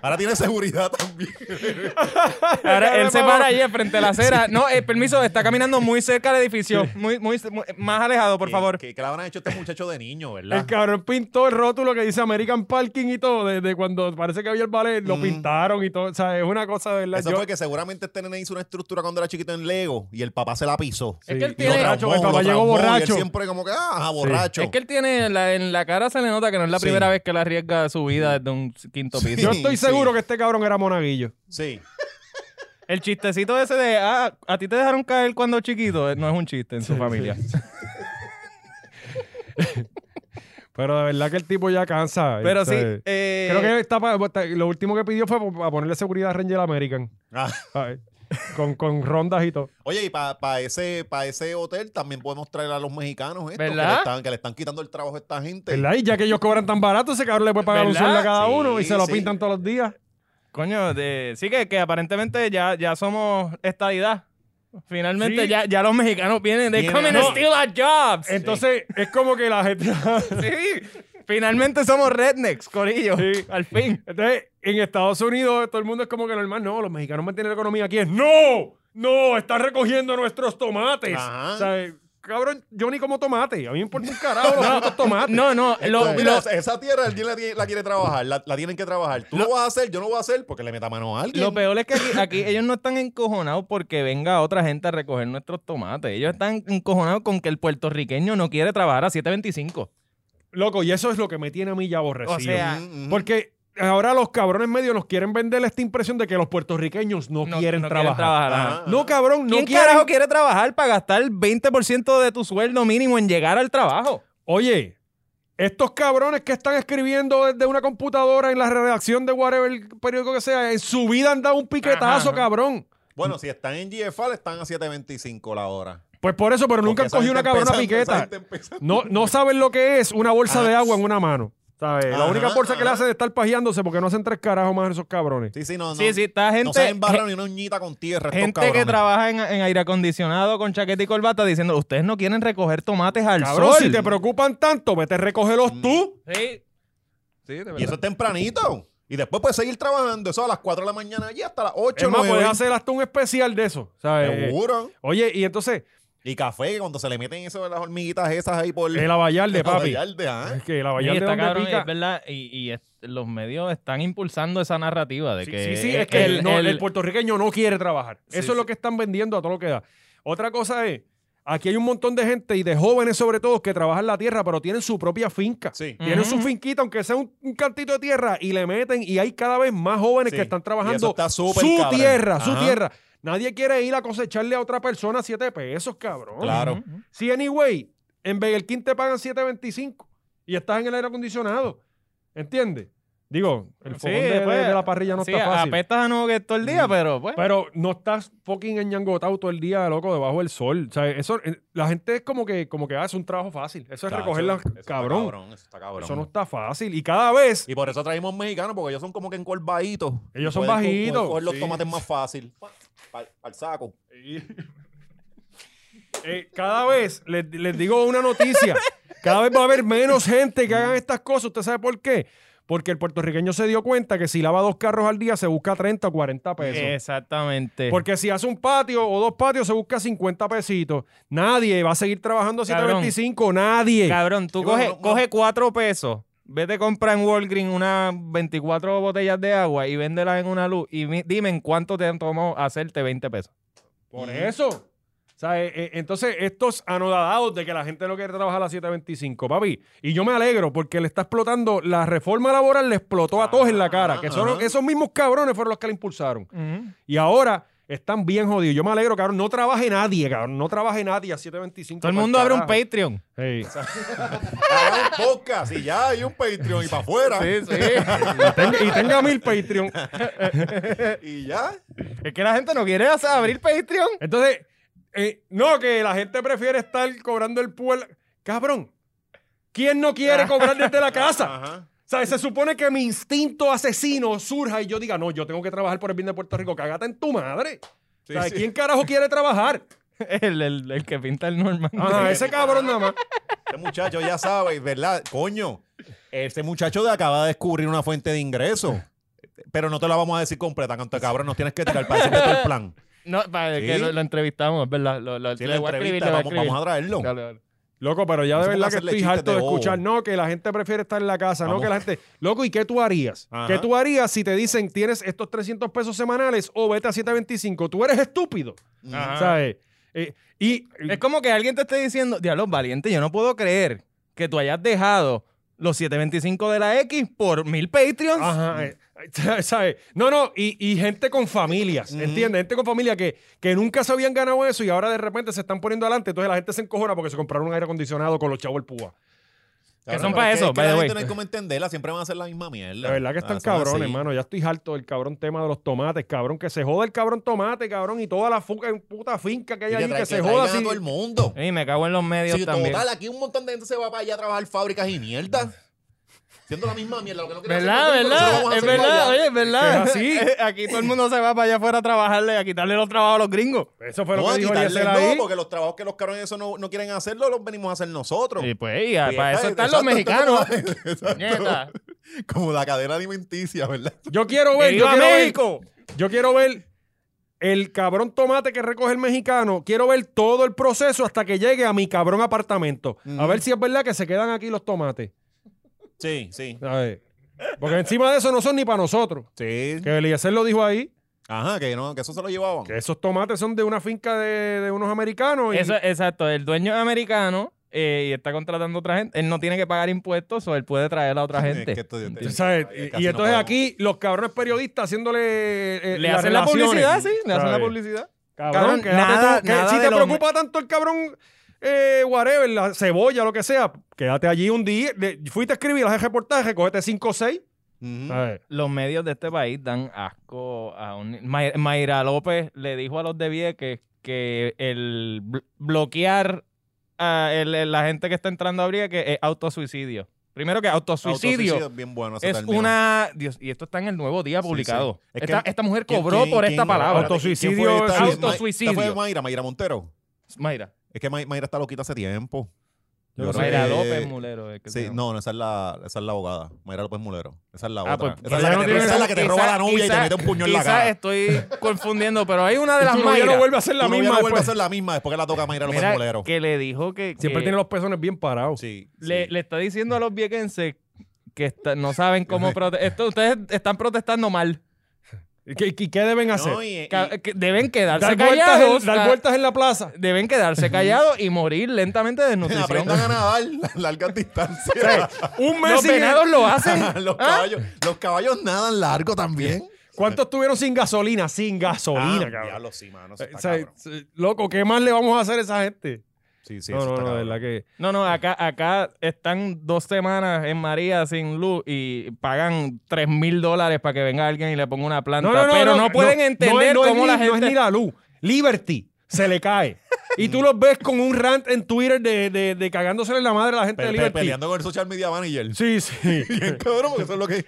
Ahora tiene seguridad también.
Ahora, él se para ahí frente a la acera. No, eh, permiso, está caminando muy cerca del edificio. Muy, muy, muy- más alejado, por
¿Qué-
favor.
¿Qué, qué le habrán hecho a este muchacho de niño, verdad?
El cabrón pintó el rótulo que dice American Parking y todo. Desde cuando parece que había el ballet, lo
Mm.
pintaron y todo. O sea, es una cosa de verdad.
Eso
yo-
fue que seguramente este nene hizo una estructura cuando era chiquito en Lego y el papá se la pisó.
Es que él
Sí,
tiene-
y lo traumó,
Borracho,
el papá
lo
llegó
traumó, y él
borracho.
siempre como que, ah, ajá, borracho.
Es que él tiene la- en la cara se le nota que no es la
Sí.
primera vez que le arriesga su vida desde un quinto
Sí.
piso.
Yo estoy
Sí,
seguro
sí.
que este cabrón era monaguillo.
Sí.
El chistecito ese de, ah, a ti te dejaron caer cuando chiquito, eh, no es un chiste en su familia.
Pero de verdad que el tipo ya cansa.
Pero sí,
este.
eh,
Creo que está pa- pa- lo último que pidió fue para ponerle seguridad a Ranger American.
Ah.
¿sabes? Con, con rondas y todo.
Oye, y para ese, pa ese hotel también podemos traer a los mexicanos estos, que, le
¿Verdad?
están, que le están quitando el trabajo a esta gente.
¿Verdad? Y ya que ellos cobran tan barato, ese cabrón le puede pagar
¿Verdad?
un sueldo a cada
Sí,
uno y se lo
sí.
pintan todos los días.
coño, de, sí que, que aparentemente ya, ya somos estadidad. Finalmente
Sí.
ya, ya los mexicanos vienen, they
Vienen,
come and
no.
steal our jobs.
Entonces, es como que la gente.
Sí, finalmente somos rednecks, corillo,
Sí.
al fin.
Entonces, en Estados Unidos todo el mundo es como que normal, no, los mexicanos mantienen la economía aquí. Es, no, no, están recogiendo nuestros tomates.
Ajá.
O sea, eh, cabrón, yo ni como tomate. A mí me importa un carajo los putos tomates.
No, no,
Esto,
lo-
mira,
lo-
esa tierra alguien la, tiene- la quiere trabajar, la, la tienen que trabajar. Tú lo, vas a hacer, yo no voy a hacer porque le meta mano a alguien.
Lo peor es que aquí, aquí ellos no están encojonados porque venga otra gente a recoger nuestros tomates. Ellos están encojonados con que el puertorriqueño no quiere trabajar a 7.25.
Loco, y eso es lo que me tiene a mí ya aborrecido.
O sea,
Mm, mm.
porque ahora los cabrones medios nos quieren vender esta impresión de que los puertorriqueños no, quieren trabajar.
ajá.
Ajá.
No, cabrón, no
¿Quién
quieren.
carajo quiere trabajar para gastar 20% de tu sueldo mínimo en llegar al trabajo?
Oye, estos cabrones que están escribiendo desde una computadora en la redacción de whatever el periódico que sea, en su vida han dado un piquetazo,
Ajá.
cabrón.
Bueno, si están en GFL, están a 7.25 la hora.
Pues por eso, pero nunca
Porque
han
esa
cogido una
gente
cabrona
empezando,
piqueta.
esa gente empezando.
No, no saben lo que es una bolsa de
Ah.
agua en una mano. ¿sabes? La
Ajá,
única bolsa que le
ajá.
hacen es estar pajeándose porque no hacen tres carajos más esos cabrones.
Sí, sí, no, no.
Sí, sí, está
no
gente,
se embarran ni una uñita con tierra estos
gente que
cabrones.
trabaja en, en aire acondicionado con chaqueta y corbata diciendo, ustedes no quieren recoger tomates al
Cabrón,
sol.
si te preocupan tanto, vete a recógelos tú.
Sí. Sí, de verdad.
Y eso es tempranito. Y después puedes seguir trabajando. Eso a las 4 de la mañana allí hasta las 8.
Es más, puedes hacer eh, hasta un especial de eso. ¿sabes?
Seguro.
Oye, y entonces,
Y café, que cuando se le meten eso de las hormiguitas esas ahí por... ah.
el abayarde,
el
papi.
abayarde, ajá.
Es que el
Y
abayarde
está
donde
cabrón,
pica.
es verdad, y, y es- los medios están impulsando esa narrativa de
Sí,
que...
sí, sí, es que el,
el-
no,
el-
el puertorriqueño no quiere trabajar. Eso
Sí,
es
sí.
lo que están vendiendo a todo lo que da. Otra cosa es, aquí hay un montón de gente y de jóvenes sobre todo que trabajan la tierra, pero tienen su propia finca.
Sí.
Tienen su
Ujú.
finquita, aunque sea un, un cantito de tierra, y le meten, y hay cada vez más jóvenes
Sí.
que están
Y eso
trabajando
está
su
súper cabrón.
tierra, su
Ajá.
tierra. Nadie quiere ir a cosecharle a otra persona siete pesos, cabrón.
Claro.
Ujú.
Si anyway, en Burger King te pagan 7.25 y estás en el aire acondicionado. ¿Entiendes? Digo, el
Sí,
fogón de, de-
pues,
de la parrilla no
sí,
está fácil.
Apestas a nuggets todo el día, pero pues...
Pero no estás fucking enñangotado todo el día, loco, debajo del sol. O sea, eso, eh, la gente es como que, como que ah, es un trabajo fácil. Eso es
Tacho,
recoger las
eso está
cabrón.
cabrón. Eso está cabrón.
Eso no está fácil. Y cada vez,
Y por eso traímos mexicanos, porque ellos son como que encorvaditos.
Ellos
Y
son
pueden co-
bajitos,
pueden coger los
sí.
tomates más fácil. Para el saco.
eh, cada vez, les, les digo una noticia, cada vez va a haber menos gente que hagan estas cosas. ¿Usted sabe por qué? Porque el puertorriqueño se dio cuenta que si lava dos carros al día se busca 30 o 40 pesos.
Exactamente.
Porque si hace un patio o dos patios se busca 50 pesitos. Nadie va a seguir trabajando a
Cabrón.
725, nadie.
Cabrón, tú
Y bueno,
coge,
no-
coge cuatro pesos, vete compra en Walgreens unas 24 botellas de agua y véndelas en una luz y mi- dime en cuánto te tomó hacerte 20 pesos.
Por
Mm.
eso. O sea, eh, eh, entonces, estos anodadados de que la gente no quiere trabajar a las 7.25, papi. Y yo me alegro porque le está explotando, la reforma laboral le explotó a todos en la cara. Que son,
Ajá.
esos mismos cabrones fueron los que la impulsaron. Y ahora están bien jodidos. Yo me alegro, cabrón. No trabaje nadie, cabrón. No trabaje nadie a 7.25.
Todo el mundo abre
para
un
Pues carajo.
Patreon.
Ey.
Hagan un podcast y ya hay un Patreon y para afuera.
Y tenga- y tenga mil Patreon.
Y ya.
es que la gente no quiere hacer- abrir Patreon.
Entonces, eh, no, que la gente prefiere estar cobrando el pueblo. Cabrón, ¿quién no quiere cobrar desde la casa?
Ajá.
O sea, se supone que mi instinto asesino surja y yo diga, no, yo tengo que trabajar por el bien de Puerto Rico. Cágate en tu madre. O
Sí,
sea,
sí.
¿quién carajo quiere trabajar?
El, el- el que pinta el Norman.
Ajá, ese cabrón nada más.
Este muchacho ya sabe, ¿verdad? Coño, este muchacho de acaba de descubrir una fuente de ingreso. Pero no te la vamos a decir completa, canto de cabrón, nos tienes que tirar para decirte todo el plan.
No, para
Sí.
que lo, lo entrevistamos, es verdad. Lo, lo-
Sí,
le
la
voy a escribir,
entrevista,
le voy a
vamos,
escribir.
vamos a traerlo.
Dale, dale.
Loco, pero ya
No
de
se ponga
verdad
a
que
hacerle
estoy
chistes
harto
de
de
bobo.
escuchar, no, que la gente prefiere estar en la casa, no,
Vamos.
que la gente... Loco, ¿y qué tú harías?
Ajá.
¿Qué tú harías si te dicen tienes estos 300 pesos semanales o vete a 725? Tú eres estúpido,
Mm,
Ajá.
¿sabes? Eh, y
Es como que alguien te esté diciendo, diablos valiente, yo no puedo creer que tú hayas dejado los 725 de la X por mil Patreons.
Ajá, eh, eh, ¿sabes? No, no, y, y gente con familias, ¿entiendes? Gente con familia que, que nunca se habían ganado eso y ahora de repente se están poniendo adelante. Entonces la gente se encojona porque se compraron un aire acondicionado con los chavos del púa.
Cabrón,
son
pero
pa'
es
eso,
es
by
la
the
gente
way.
no hay como entenderla, siempre van a hacer la misma mierda.
La verdad que están
Ah, son así.
cabrones, hermano. Ya estoy harto del cabrón tema de los tomates, cabrón. Que se joda el cabrón tomate, cabrón, y toda la fuca, puta finca que
Y
hay allí
tra-
que, se
traigan
joda.
a
si-
todo el mundo.
Y me cago en los medios
Si
también.
total, aquí un montón de gente se va para allá a trabajar fábricas y mierda. Siendo la misma mierda, lo que no quieren
¿Verdad,
hacer en Puerto
verdad?
Rico, lo vamos a
Es
hacer
verdad,
allá.
oye, es verdad.
Es así.
Eh, Aquí todo el mundo se va para allá afuera a trabajarle, a quitarle los trabajos a los gringos.
Eso fue lo
No,
que dijo
quitarle
Eliezer
no,
ahí.
porque los trabajos que los cabrones eso no, no quieren hacerlo, los venimos a hacer nosotros.
Y pues, y a-
Y
para eso
está-
están los
eh, exacto,
mexicanos.
está- exacto.
Nieta.
Como la cadena alimenticia, ¿verdad?
Yo quiero ver, yo
¡Viva
quiero ver,
México!
yo quiero ver el cabrón tomate que recoge el mexicano. Quiero ver todo el proceso hasta que llegue a mi cabrón apartamento. A
Ujú.
ver si es verdad que se quedan aquí los tomates.
Sí, sí.
¿sabes? Porque encima de eso no son ni para nosotros.
Sí.
Que Eliezer lo dijo ahí,
Ajá, que no, que eso se lo llevaban.
que esos tomates son de una finca de, de unos americanos. y-
Eso, exacto, el dueño es americano. eh, y está contratando a otra gente, él no tiene que pagar impuestos o él puede traer a otra
Es
gente.
Eh, que esto-
Tú sabes,
Ay,
y,
casi
y
no
entonces
puedo.
aquí los cabrones periodistas haciéndole. eh,
Le
las
hacen la
relaciones.
publicidad, sí, le hacen la
¿Sabes?
publicidad.
Cabrón,
Cabrón,
que
nada-
que
nada
si
de
te
los
preocupa tanto el cabrón, eh, whatever, la cebolla, lo que sea, quédate allí un día. de- fuiste a escribir, haz el reportaje, cógete 5 o 6.
Ujú.
Los medios de este país dan asco a un... May- Mayra López le dijo a los de Vieques que el bl- bloquear a el- el- la gente que está entrando a Vieques es autosuicidio. Primero que autosuicidio
Autosuicidio es bien bueno. ese
es
término.
una... Dios, y esto está en el Nuevo Día
Sí,
publicado.
sí. Es que-
Esta, esta mujer
¿Quién-
cobró
quién-
por
quién-
esta palabra.
espérate, ¿quién fue
Autosuicidio
esta?
es-
Ma-
autosuicidio.
esta fue Mayra, Mayra Montero.
Mayra.
Es que May- Mayra está loquita hace tiempo. Yo creo
Mayra
que-
López Mulero. es que se
eh, Sí,
llama.
no, no, esa es la, esa es la abogada. Mayra López Mulero. Esa es la
Ah,
otra.
pues,
esa es
quizá
la,
no
que te,
tiene-
esa es la que te roba
quizá-
la novia y te
quizá-
mete un puño en la
quizá
cara.
estoy confundiendo, pero hay una de las
Tu novia
Mayra
no vuelve a ser la
Tu novia
misma.
no vuelve a
después.
ser la misma después que la toca Mayra López
Mira,
Mulero.
que le dijo que...
Siempre
que
tiene los pezones bien parados.
Sí.
le,
sí.
le está diciendo a los viequenses que está- no saben cómo protestar. Ustedes están protestando mal.
¿Y qué, y qué deben hacer?
No, y- y-
Ca- que deben quedarse
dar, vueltas
callados.
en, dar
ah,
vueltas en la plaza.
Deben quedarse callados y morir lentamente de desnutrición.
aprendan a nadar largas distancias.
Un mes
Los
sin-
venados lo hacen.
los, caballos, los caballos nadan largo también.
¿Cuántos estuvieron sin gasolina? Sin gasolina,
Ah,
cabrón.
diablo, sí, mano, eso
Eh,
está
o sea,
cabrón.
eh, loco, ¿qué más le vamos a hacer a esa gente?
Sí, sí,
no,
eso
no,
está
no, de
cabrón.
verdad que...
No, no, acá, acá están dos semanas en María sin luz y pagan tres mil dólares para que venga alguien y le ponga una planta. pero no, pueden entender
no es
cómo
ni-
la gente.
No es ni la luz. Liberty se le cae. Y tú los ves con un rant en Twitter de, de, de cagándosele la madre a la gente
Pe-
de
pe-
Liberty.
peleando con el social media manager.
Sí, sí.
Bien cabrón, porque eso es lo que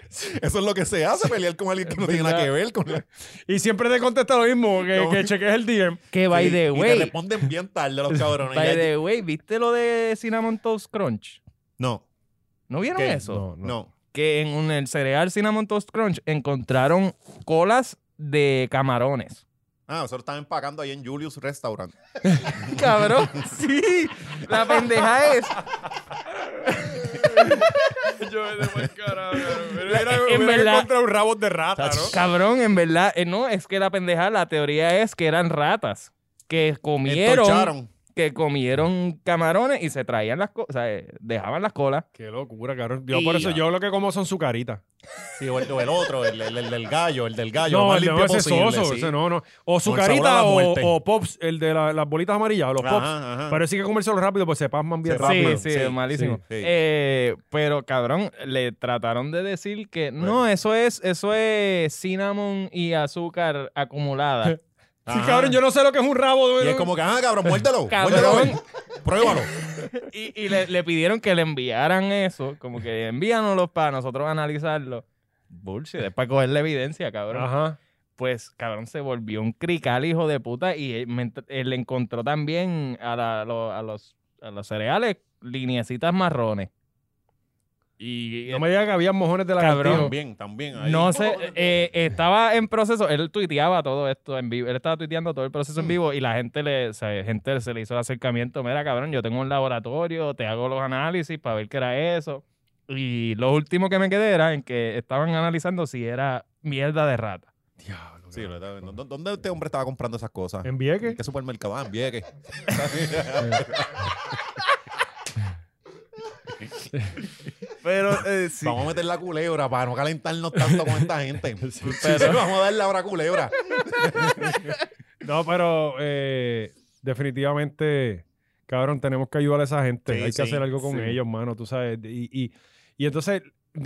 eso es lo que se hace, pelear con alguien que no tiene nada que ver con la-
Y siempre te contesta lo mismo, que, que cheques el DM.
Que by
Sí,
the
Y te
way.
responden bien tarde los cabrones.
By
Ya-
the way, ¿viste lo de Cinnamon Toast Crunch?
No,
¿No vieron
¿Qué?
eso?
no.
que en un- el cereal Cinnamon Toast Crunch encontraron colas de camarones.
Ah, nosotros estamos empacando ahí en Julius Restaurant.
Cabrón, sí. La pendeja es. En verdad.
un rabo de rata,
Cabrón, en verdad. eh, no, es que la pendeja, la teoría es que eran ratas que comieron.
Entorcharon.
Que comieron camarones y se traían las cosas. eh, dejaban las colas.
Qué locura, cabrón. Yo por eso,
Y-
yo lo que como son su carita.
Sí, o el, o el otro, el, el- el del gallo, el del gallo.
No,
Ah, más
el de
limpio
ese
posible,
soso,
sí.
ese no, no. O su
Con sabor a
carita
la
o,
muerte.
o Pops, el de la- las bolitas amarillas, o los
Ajá,
Pops.
ajá.
Pero sí que comérselo rápido, pues se pasman bien
Se
rápido.
rápido.
Sí, sí,
Sí,
malísimo.
sí, sí.
Eh, pero cabrón, le trataron de decir que no, eso es, eso es cinnamon y azúcar acumulada.
Sí,
Ajá.
cabrón, yo no sé lo que es un rabo.
Y es como que, ah, cabrón, muérdelo.
Cabrón.
Muérdelo. ven. Pruébalo.
y y le, le pidieron que le enviaran eso, como que envíanoslo para nosotros analizarlo. Bullshit, es para coger la evidencia, cabrón.
Ajá.
Pues, cabrón, se volvió un crical, hijo de puta, y él, me ent- él le encontró también a, la- lo- a los, a los cereales lineecitas marrones. Y
No me digan que había mojones de la
Cabrón,
cabrón.
También, también. ahí.
No sé, eh, estaba en proceso, él tuiteaba todo esto en vivo, él estaba tuiteando todo el proceso
Mm.
en vivo y la gente le, o sea, gente se le hizo el acercamiento, mira cabrón, yo tengo un laboratorio, te hago los análisis para ver qué era eso. Y lo último que me quedé era en que estaban analizando si era mierda de rata.
Sí, lo estaba viendo. ¿Dó- ¿Dónde este hombre estaba comprando esas cosas?
eh, ¿En
¿En
Vieques?
qué supermercado? Ah, en Vieques.
Pero eh, sí.
Vamos a meter la culebra para no calentarnos tanto con esta gente. Vamos a darle ahora culebra.
No, pero eh, definitivamente, cabrón, tenemos que ayudar a esa gente.
Sí,
Hay
sí,
que hacer algo con
sí.
ellos, mano, tú sabes. Y, y- y entonces,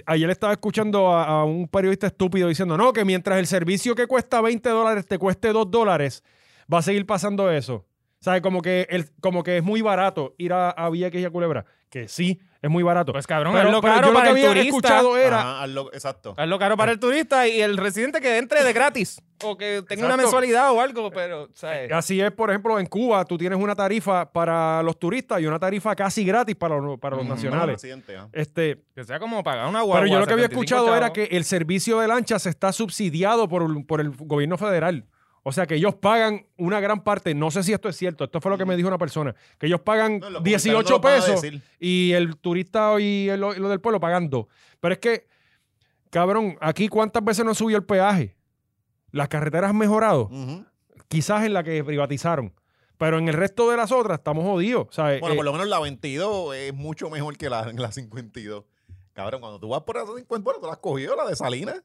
ayer estaba escuchando a, a un periodista estúpido diciendo, no, que mientras el servicio que cuesta 20 dólares te cueste 2 dólares, va a seguir pasando eso. ¿Sabes? Como que, el, como que es muy barato ir a, a Vieques y a Culebra. Que sí, es muy barato.
Pues cabrón,
pero,
hazlo
pero
caro
yo lo
para
que
el
había
turista.
escuchado era,
Ajá, hazlo- exacto.
Hazlo caro para el
Eh.
turista y el residente que entre de gratis o que tenga una mensualidad o algo, pero, ¿sabes?
Eh, Así es, por ejemplo, en Cuba tú tienes una tarifa para los turistas y una tarifa casi gratis para los, para los
Ujú.
Vamos,
nacionales.
presidente, ah.
Este,
Que sea como pagar una guagua.
pero yo lo que había
75
escuchado era
chavos.
que el servicio de lancha se está subsidiado por, el- por el gobierno federal. O sea que ellos pagan una gran parte, no sé si esto es cierto, esto fue lo que me dijo una persona, que ellos pagan
No, los
18
comentarios no lo van a
pesos
decir.
y el turista y el- lo del pueblo pagando. Pero es que, cabrón, aquí cuántas veces no subió el peaje. Las carreteras han mejorado
Ujú.
quizás en la que privatizaron. Pero en el resto de las otras estamos jodidos. ¿sabes?
Bueno,
Eh,
por lo menos la 22 es mucho mejor que la, la 52. Cabrón, cuando tú vas por la 50, bueno, tú la has cogido, la de Salinas.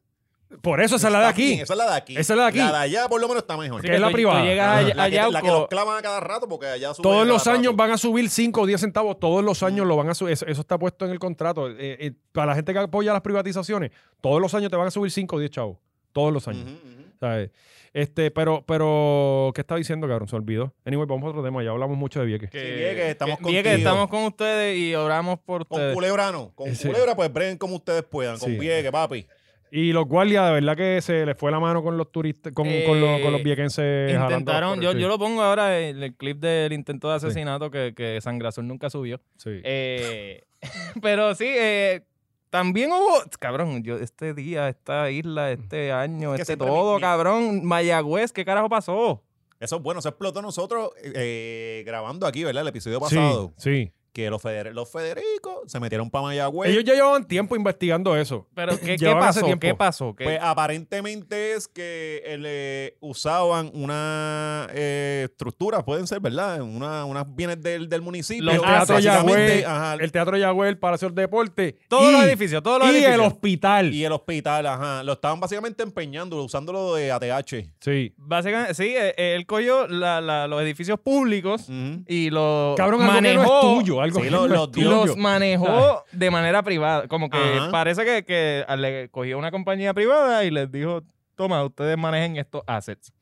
por eso esa es la de
Está
aquí.
bien, Esa es la de aquí.
Esa es la de aquí.
La de allá por lo menos está mejor.
Que es la
tú-
privada.
Tú llegas a-
Ajá.
a,
la, que, la que
Yauco,
los clavan a cada rato porque allá sube
Todos
cada
los
rato.
años van a subir 5 o 10 centavos. Todos los años lo van a subir. Eso, eso está puesto en el contrato. Eh, eh, para la gente que apoya las privatizaciones, todos los años te van a subir 5 o 10 chavos. Todos los años.
Ujú, ujú.
¿sabes? Este, pero, pero, ¿qué está diciendo, cabrón? Se olvidó. Anyway, vamos a otro tema. Ya hablamos mucho de Vieques.
Sí, Vieques, estamos
Vieques,
contigo.
estamos con ustedes y oramos por
Con
ustedes.
culebra no. Con
Sí.
culebra pues breguen como ustedes puedan. Con
Sí.
Vieques, papi.
Y los guardias, de verdad que se les fue la mano con los turistas, con, con los, con los
Eh,
viequenses.
Intentaron, yo, yo lo pongo ahora en el clip del intento de
Sí.
asesinato que, que Sangrasol nunca subió. Eh, pero sí, eh, también hubo, cabrón, yo este día, esta isla,
Mm.
este año,
que
este
siempre
todo,
mi- mi-
cabrón, Mayagüez, ¿qué carajo pasó?
Eso es bueno, se explotó nosotros eh, grabando aquí, ¿verdad? El episodio
Sí,
pasado.
sí.
Que los, Feder- los Federicos se metieron para
Pues,
Mayagüez.
Ellos ya llevaban tiempo investigando eso.
Pero ¿qué, qué
Llevaban hace
pasó?
tiempo.
¿Qué pasó? ¿Qué-
Pues aparentemente es que eh, le usaban una eh, estructura, pueden ser, ¿verdad? Una- unas bienes del, del municipio.
Los teatros
Básicamente,
Yagüe,
ajá,
El Teatro Yagüe, el Palacio del Deporte.
todos
y,
los edificios, todos los
y
edificios.
el hospital.
y el hospital, ajá. Lo estaban básicamente empeñando, usándolo de ATH.
Sí.
Básicamente, sí, eh, eh, él cogió la- la- los edificios públicos
Ujú.
y los
Cabrón, algo
manejó.
que no es tuyo. Algo
Sí,
que
lo-
no es
los
tuyo.
Los manejó de manera privada. Como que
Ajá.
parece que, que le cogió una compañía privada y les dijo, toma, ustedes manejen estos assets.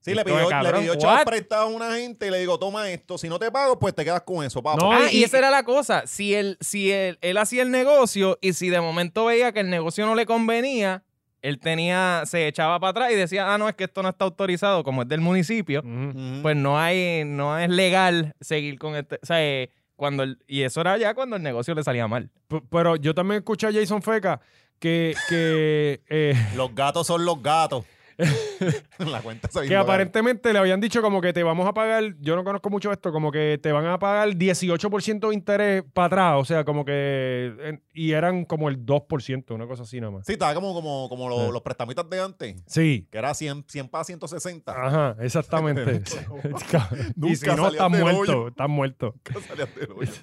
Sí, le
Esto es
pidió, le
cabrón,
pidió chavos
what?
prestados a una gente y le digo, toma esto, si no te pago, pues te quedas con eso, papá.
No,
Ah, y,
y-
esa era la cosa. Si él, si él, él hacía el negocio y si de momento veía que el negocio no le convenía, él tenía, se echaba para atrás y decía, ah, no, es que esto no está autorizado, como es del municipio,
Ujú.
Ujú.
pues no hay, no es legal seguir con este. O sea, eh, cuando el- y eso era ya cuando el negocio le salía mal.
P- Pero yo también escuché a Jason Feca que, que, eh,
Los gatos son los gatos. la cuenta se
que aparentemente le habían dicho como que te vamos a pagar, yo no conozco mucho esto, como que te van a pagar 18% de interés para atrás, o sea, como que... en- Y eran como el 2%, una cosa así nada más.
Sí, estaba como, como, como los,
Eh.
Ah.
los prestamistas de antes,
Sí.
que era 100, 100 para 160.
Ajá, exactamente. y si
Nunca
no,
salías
están
del hoyo.
muertos, están muertos.
Salías del hoyo.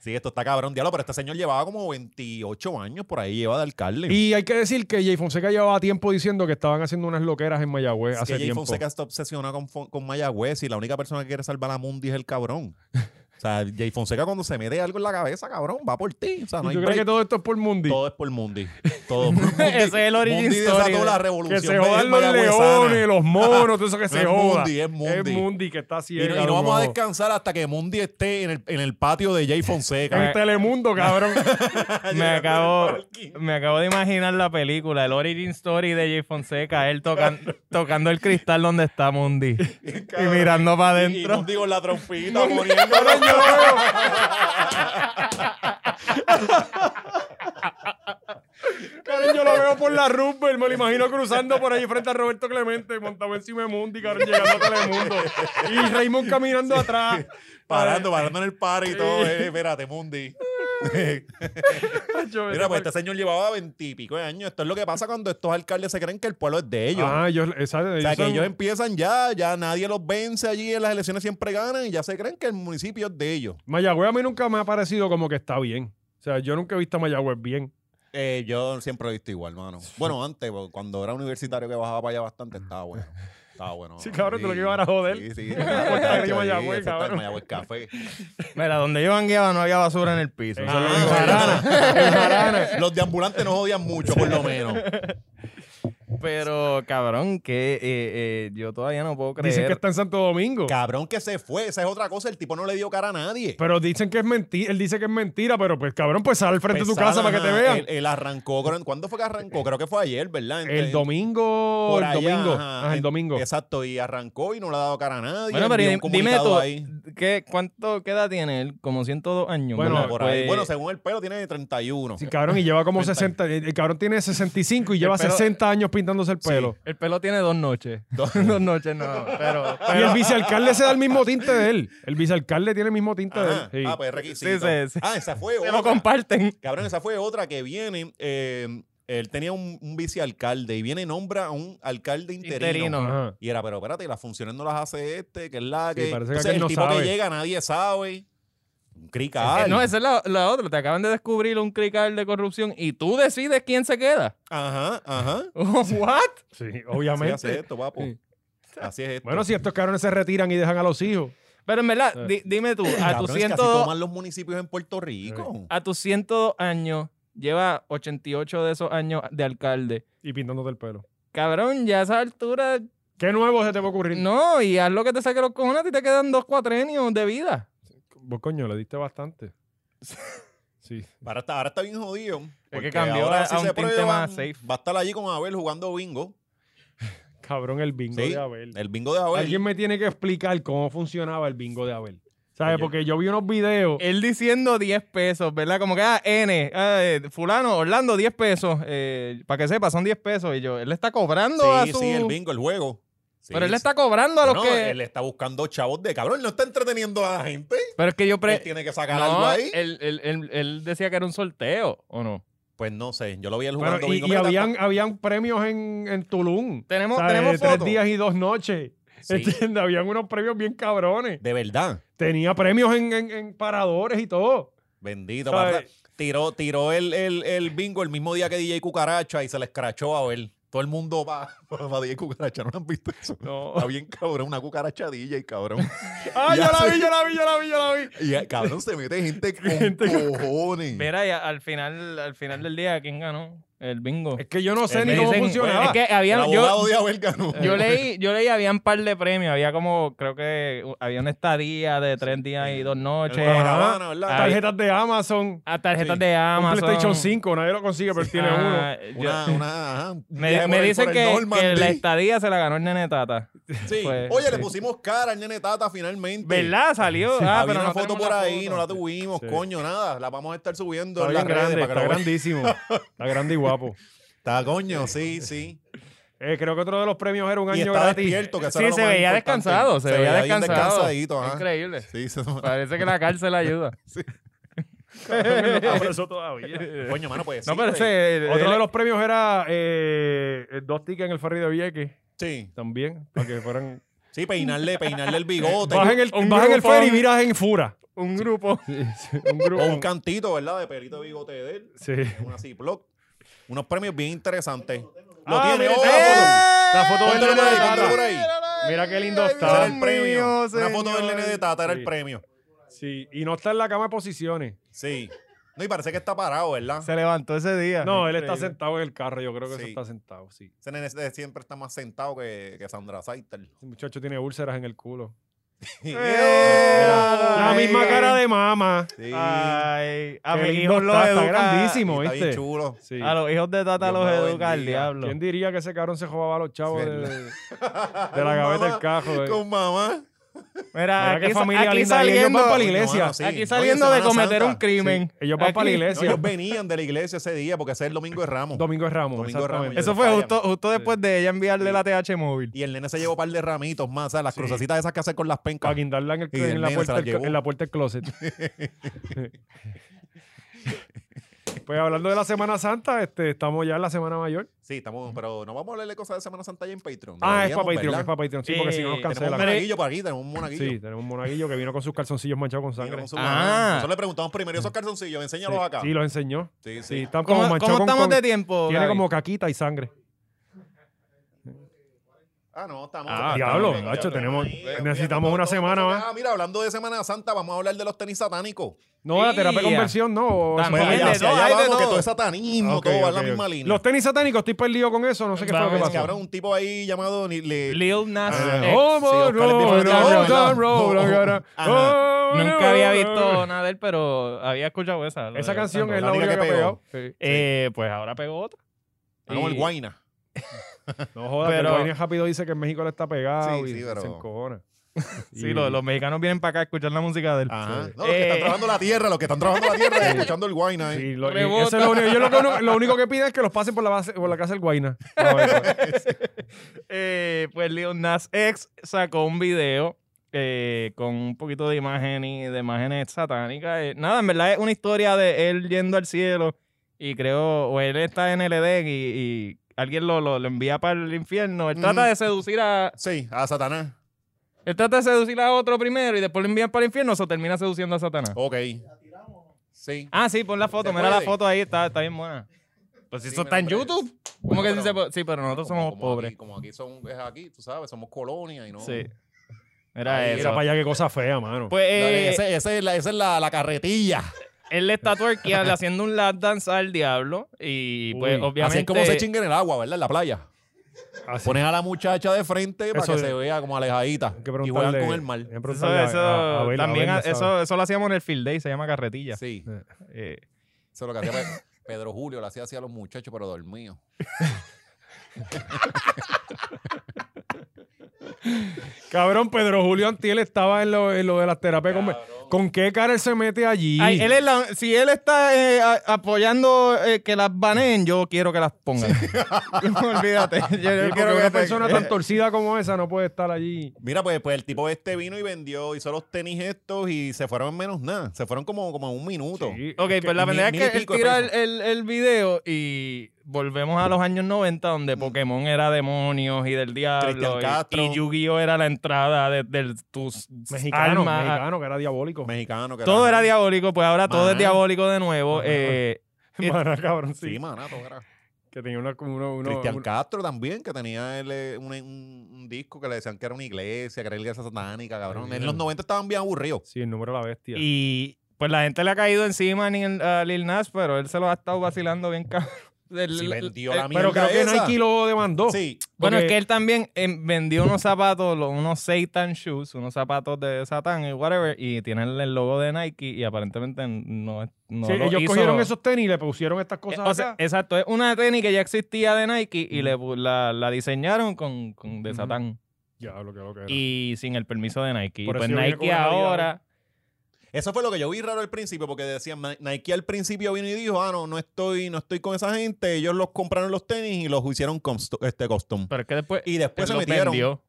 Sí, esto está cabrón, diablo, pero este señor llevaba como 28 años por ahí, lleva de alcalde.
Y hay que decir que Jay Fonseca llevaba tiempo diciendo que estaban haciendo unas loqueras en Mayagüez
es que
hace
Jay
tiempo.
Fonseca está obsesionado con, Fon- con Mayagüez y la única persona que quiere salvar a Mundi es el cabrón. O sea, Jay Fonseca cuando se mete algo en la cabeza, cabrón, va por ti. O sea,
¿Y
no hay
tú crees que
break.
todo esto es por Mundi?
Todo es por Mundi. Todo por Mundi.
Ese es el origin
Mundi
story, ¿verdad?
desató la
Que
revolución.
se jodan los
mayagüezana.
leones, los monos, todo eso que se
es
joda.
Mundi, es Mundi.
Es Mundi que está
Y, no- y
ciego.
no vamos a
cabrón.
descansar hasta que Mundi esté en el, en el patio de Jay
En
Fonseca.
Telemundo, cabrón.
Me acabo, me acabo de imaginar la película, el origin story de Jay Fonseca, él tocan- tocando el cristal donde está Mundi y mirando para
Y
adentro.
Mundi con la trompita poniéndolo.
Cabrón, yo lo veo por la Rupert, me lo imagino cruzando por ahí frente a Roberto Clemente, montado encima de Mundi, cabrón, llegando a Telemundo. Y Raymond caminando atrás.
Parando, parando en el par y todo. eh, espérate, Mundi.
Yo-
Mira, pues este señor llevaba veintipico de años. Esto es lo que pasa cuando estos alcaldes se creen que el pueblo es de ellos.
Ah, ellos, esa-
O sea,
ellos
que
son-
ellos empiezan ya, ya nadie los vence allí en las elecciones, siempre ganan y ya se creen que el municipio es de ellos.
Mayagüez a mí nunca me ha parecido como que está bien. O sea, yo nunca he visto a Mayagüez bien.
Eh, yo siempre lo he visto igual, mano. Bueno, antes, bo- cuando era universitario que bajaba para allá bastante, estaba bueno. Estaba bueno.
Sí, cabrón, te lo que iban a joder.
Sí, sí.
Puerta de
Ahí,
Mayagüez,
esa está
cabrón.
en Mayagüez Café.
Mira, donde yo guiaba no había basura en el piso. Eso es lo
Ah,
único que-
Los de ambulantes no jodían mucho, por lo menos.
Pero, cabrón, que eh, eh, yo todavía no puedo creer.
Dicen que está en Santo Domingo.
Cabrón que se fue, esa es otra cosa, el tipo no le dio cara a nadie.
Pero dicen que es mentira. Él dice que es mentira, pero pues cabrón, pues sal al frente de tu
Pesada,
casa para que te
ajá.
vean.
Él, él arrancó, creo- ¿cuándo fue que arrancó? Creo que fue ayer, ¿verdad?
El
domingo
domingo.
por
El
allá,
domingo.
ajá,
Ajá, el
en-
domingo.
Exacto, y arrancó y no le ha dado cara a nadie.
Bueno,
envió
pero
un
di- dime
comunicado
tú,
ahí.
¿qué, ¿cuánto, ¿qué edad tiene él? Como 102 años.
Bueno,
¿verdad?
Por ahí.
Pues,
Bueno, según el pelo tiene 31.
Sí, cabrón, y lleva como
Cuenta.
60. El, el cabrón tiene 65 y lleva
pelo-
60 años pintándose el pelo.
el pelo tiene dos noches. Dos, noches, no. Pero,
Y el vicealcalde se da el mismo tinte de él. El vicealcalde tiene el mismo tinte
Ajá.
de él. sí.
Ah, pues
Sí,
requisito.
sí, sí.
Ah, esa fue
se
otra.
lo comparten.
Cabrón, esa fue otra que viene. eh, él tenía un, un vicealcalde y viene y nombra a un alcalde interino.
Interino.
Ajá.
Y era, pero espérate, las funciones no las hace este, que es la
Sí,
que.
parece que
Entonces,
aquel
el
no
tipo
sabe.
que llega, nadie sabe. Un
Eh,
crical.
no, esa es la, la otra. Te acaban de descubrir un crical de corrupción y tú decides quién se queda.
Ajá, ajá.
¿What?
Sí,
Así
obviamente.
es esto, papo.
Sí.
Así es esto.
Bueno, si estos cabrones se retiran y dejan a los hijos.
Pero en verdad,
Eh.
di- dime tú, a
Cabrón,
tus
es que así
102,
toman los municipios en Puerto Rico.
a tus 102 años, lleva 88 de esos años de alcalde.
Y pintándote el pelo.
Cabrón, ya a esa altura,
¿Qué nuevo se te va a ocurrir?
no, y haz lo que te saque los cojones y te quedan dos cuatrenios de vida.
Vos, coño, le diste bastante. Sí.
Ahora, está, ahora está bien jodido. porque
cambió
ahora
a-
si
a un
se
tinte
prueban,
más safe.
Va a estar allí con Abel jugando bingo.
Cabrón, el bingo
Sí,
de
Eh,
Abel.
El bingo de Abel.
Alguien me tiene que explicar cómo funcionaba el bingo de Abel. ¿Sabes?
Oye.
Porque yo vi unos videos.
Él diciendo 10 pesos, ¿verdad? Como que, ah, N, ah, eh, fulano, Orlando, 10 pesos. para que sepa, son 10 pesos. Y yo, él le está cobrando a
Sí,
su...
sí, el bingo, el juego. Sí,
Pero él
sí.
le está cobrando a los
Bueno,
que...
Él está buscando chavos de cabrón. No está entreteniendo a la gente.
Pero es que yo... pre-
Él tiene que sacar
No, eh-
algo ahí.
Él, él- él- él decía que era un sorteo, ¿o no?
Pues no sé. Yo lo vi él
Bueno,
jugando
y,
bingo.
y
Mira,
habían, habían premios en, en Tulum.
Tenemos-
¿Sabes?
tenemos
De tres
fotos.
días y dos noches.
Sí.
Este
¿Entiendes? Habían unos premios bien cabrones.
De verdad.
Tenía premios en, en- en paradores y todo.
Bendito.
¿Sabes?
¿verdad? Tiró, tiró el, el- el bingo el mismo día que DJ Cucaracha y se le escrachó a Abel. Todo el mundo va para DJ Cucaracha. ¿No lo han visto eso?
No.
Está bien cabrón. Una cucaracha DJ, cabrón.
¡Ah, yo
Ya
la
sé.
vi, yo la vi, yo la vi, yo la vi!
Y eh, cabrón, se mete gente con
Gente
cojones.
Mira, y a- al final, al final del día, ¿quién ganó? El bingo.
Es que yo no sé
Eh,
ni
me
cómo
dicen,
funcionaba.
Es que
El
había,
abogado
yo,
de Abel ganó.
yo leí, yo leí, había un par de premios. Había como, creo que uh, había una estadía de tres días y dos noches.
En Habana, ¿verdad?
Ah,
Tarjetas de Amazon.
A tarjetas
Sí.
de
un
Amazon.
PlayStation 5, nadie lo consigue, pero él tiene uno.
Ah, yo-
Una, una, ajá, un
me
viaje
me
por el-
dicen
por el
que, que
Normandy.
la estadía se la ganó el nene Tata.
Sí.
pues,
Oye, le
sí.
pusimos cara al nene Tata finalmente.
¿Verdad? Salió. Ah,
Había
pero
una
no
foto
tenemos
por
la
ahí,
foto.
no la tuvimos,
Sí.
coño, nada. La vamos a estar subiendo
Está
en las
bien
redes
grande,
para que
está
lo vean.
grandísimo. está grande y guapo.
Está coño, sí, sí.
Eh, creo que otro de los premios era un
Y
año
está
gratis.
despierto, que eso
Sí,
era lo
se
más
veía
importante.
descansado, se, veía,
bien
descansado.
descansadito, ajá.
Increíble.
Sí, se-
Parece que la cárcel ayuda.
Cabrón, no, eso todavía.
coño, mano, pues.
no,
sí,
pero
pues.
ese-
Otro
él-
de los premios era eh, eh, dos tickets en el ferry de Vieques
Sí,
también, para que fueran...
sí, peinarle, peinarle el bigote.
Bajen el,
un
bajen el
grupón.
ferry y viras en fura.
un grupo.
un grupo.
O un cantito, ¿verdad? De pelito de bigote de él.
Sí.
Una Ziploc. Unos premios bien interesantes. Lo
Ah,
¡Eh!
tiene.
mira,
¡Oh!
está la foto. La foto
Póntelo
del
por
nene
ahí,
de
póntelo por
Tata.
ahí.
Mira qué lindo
Ese era
está.
el premio.
mío,
Una foto del
señor.
nene de Tata era el
eh, Sí.
premio.
Sí, y no está en la cama de posiciones.
Sí. No, y parece que está parado, ¿verdad?
Se levantó ese día.
No, él está
Increíble.
sentado en el carro, yo creo que
Sí.
eso está sentado, sí.
Ese nene de- siempre está más sentado que, que Sandra Saiter.
Ese muchacho tiene úlceras en el culo.
Mira.
La
Ay,
misma
ay.
cara de mamá.
Sí.
Ay, a
Qué
mis
lindo
hijos los
está, está
educa-
grandísimo,
Está bien
¿viste?
chulo.
Sí.
A los hijos de Tata
Dios me lo
los educa el
bendiga.
diablo.
¿Quién diría que ese cabrón se jugaba a los chavos de,
Verdad.
de la gaveta del cajo? eh?
Con mamá.
Mira,
Mira qué
aquí, sa-
familia
aquí
linda. Y ellos
saliendo,
van para la
Coño,
iglesia.
mano, sí.
aquí
Oye,
saliendo de
Semana
cometer
Santa.
un crimen.
Sí, ellos van
Aquí.
para la iglesia.
No, ellos venían de la iglesia ese día porque ese es el domingo de Ramos.
Domingo de Ramos.
Domingo de Ramos,
exactamente.
Eso fue
Vaya.
justo, justo después de ella enviarle
Sí.
la TH móvil.
Y el nene se llevó un par de ramitos más, ¿sabes? Las crucecitas esas que hace con las pencas.
Para guindarla en, el-
Y el
en la
nene
puerta
se la
del,
llevó.
en la puerta del closet. pues hablando de la Semana Santa, este, estamos ya en la Semana Mayor.
Sí, estamos, pero no vamos a hablarle cosas de Semana Santa allá en Patreon.
Ah, es para
Deberíamos,
Patreon,
¿verdad?
es para Patreon. Sí, porque si no nos
Eh,
Tenemos un
cancelan.
monaguillo por aquí, tenemos un monaguillo.
Sí, tenemos un monaguillo que vino con sus calzoncillos manchados con sangre.
Con su
Ah.
mamá. Nosotros le preguntamos primero esos calzoncillos, enséñalos acá.
Sí, los enseñó.
sí,
Sí,
sí.
están como
¿Cómo,
manchados
cómo
con-
estamos
con-
de tiempo?
Tiene
Gaby?
como caquita y sangre.
Ah, no, estamos.
Ah,
estamos
diablo,
bien,
macho,
ya
tenemos-
ahí, ya
necesitamos
estamos
una
todos
semana
nosotros.
más.
Ah, mira, hablando de Semana Santa, vamos a hablar de los tenis satánicos.
No, la terapia de
Ya.
conversión no. o eso
También
fue
Allá,
de
allá.
hacia
todo,
allá
hay de
vamos, que
todo.
todo es satanismo,
Ok,
todo va en
ok,
la
ok.
misma línea.
Los tenis satánicos, estoy perdido con eso. No sé qué fue lo que
Vamos,
Es
pasó.
que habrá un tipo ahí llamado ni- le-
Lil Nas
Ah,
X.
oh,
Oscar es
no,
diferente,
no,
¿verdad?
Oscar, no,
No,
no, no.
ajá.
Oh, no.
Nunca había visto nada de él, pero había escuchado esa. lo
Esa
de-
canción
tanto.
es
la
la
única
única que
que
ha
pegó.
pegado.
Eh, pues ahora pegó otra.
Ah, no, el
Y-
Guayna.
No jodas,
Pero-
pero Guayna rápido dice que en México le está pegado
Sí, sí,
y
pero-
se encojona.
Sí,
Y-
lo- los mexicanos vienen para acá a escuchar la música
Ah,
de él.
Ajá. No, los que
Eh,
están trabajando la tierra, los que están trabajando la tierra, escuchando el Guayna. ahí.
sí, lo, y
Rebota.
eso es lo único, yo lo, que uno- lo único que pide es que los pasen por la, base- por la casa del Guayna. pues, No, eso-
eh, pues Lil Nas X sacó un video eh, con un poquito de imagen y de imágenes satánicas. eh, nada, en verdad es una historia de él yendo al cielo y creo, o él está en el Edén y, y alguien lo, lo- lo envía para el infierno. Él trata
Ujú.
de seducir a.
Sí, a Satanás.
Él trata de seducir a otro primero y después lo envían para el infierno, o se termina seduciendo a Satanás.
Ok. Sí.
Ah, sí, pon la foto,
¿Se
mira la
puede?
foto ahí, está, está bien buena. Pues eso
mira,
está en
hombre.
YouTube. ¿Cómo
Bueno,
que sí
pero-
se puede? Sí, pero nosotros
Como-
somos
como
pobres.
aquí- como aquí son, es aquí, tú sabes, somos colonia y no.
Sí. Mira
Ahí,
eso.
Mira para allá qué cosa fea, mano.
Pues eh,
Dale, ese- ese es la- esa es la, la carretilla.
él le está twerkeando, haciendo un lap dance al diablo. Y pues,
Uy, así
obviamente.
Así es como se chinga en el agua, ¿verdad? En la playa.
Así.
Pones a la muchacha de frente para
Eso
que
es-
se vea como alejadita.
Hay que
Y
preguntarle.
juegan con el mar.
hay que
Eso,
preguntarle a-
eso-
a- a Abel,
también
Abel le
eso-
sabe.
eso lo hacíamos en el field day, se llama carretilla.
Sí. Eso
Eh,
es lo que hacía Pe- Pedro Julio, lo hacía así a los muchachos, pero dormido.
Cabrón, Pedro Julio Antiel estaba en lo, en lo de las terapias. Con, ¿Con qué cara él se mete allí?
ay, él es la- si él está eh, a- apoyando eh, que las baneen, yo quiero que las pongan. Olvídate. Yo, yo
Sí, porque
quiero que
una
te-
persona tan torcida como esa no puede estar allí.
Mira, pues, pues el tipo este vino y vendió, hizo los tenis estos y se fueron en menos nada. Se fueron como, como en un minuto.
Sí,
Ok,
es
pues la
ni-
verdad
ni
es que él
pico de
tira el,
peso.
el- el video y volvemos a los años 90 donde Pokémon era demonios y del diablo
Mm. Cristian
y-
Castro.
y, Yu-Gi-Oh era la entrada de, del- tus
Mexicano,
almas.
mexicano, que era diabólico.
Mexicano que
Todo era diabólico, pues ahora todo
Maná.
es diabólico de nuevo. eh,
Mara, cabrón, sí.
Sí, maná, todo era.
Que tenía una, como uno, uno-
Cristian
uno-
Castro también, que tenía él, eh, un, un- un disco que le decían que era una iglesia, que era iglesia satánica, cabrón.
Sí,
en los
sí.
90 estaban bien aburridos.
Sí, el número de la bestia.
y pues la gente le ha caído encima a Lil, a Lil Nas, pero él se lo ha estado vacilando bien cabrón. Del- eh,
Si vendió la mierda
Pero creo que
esa.
Nike lo demandó.
Sí,
Bueno, es
Porque-
que él también eh, vendió unos zapatos, lo- unos Satan shoes, unos zapatos de Satán y whatever, y tienen el logo de Nike y aparentemente no, es- no
Sí,
lo
ellos
hizo-
cogieron esos tenis y le pusieron estas
Eh,
cosas
o sea,
acá.
exacto, es una tenis que ya existía de Nike y le pu- la, la diseñaron con, con de
Ujú.
Satán
ya, lo que lo que era.
y sin el permiso de Nike. Y
Por
pues
eso viene con
Nike
una Adidas.
ahora,
Eso fue lo que yo vi raro al principio, porque decían, "Ni- Nike al principio vino y dijo, ah, no, no estoy, no estoy con esa gente. Ellos los compraron los tenis y los hicieron consto- este custom.
pero es que después
Y después
él
Pues se
los
metieron.
vendió.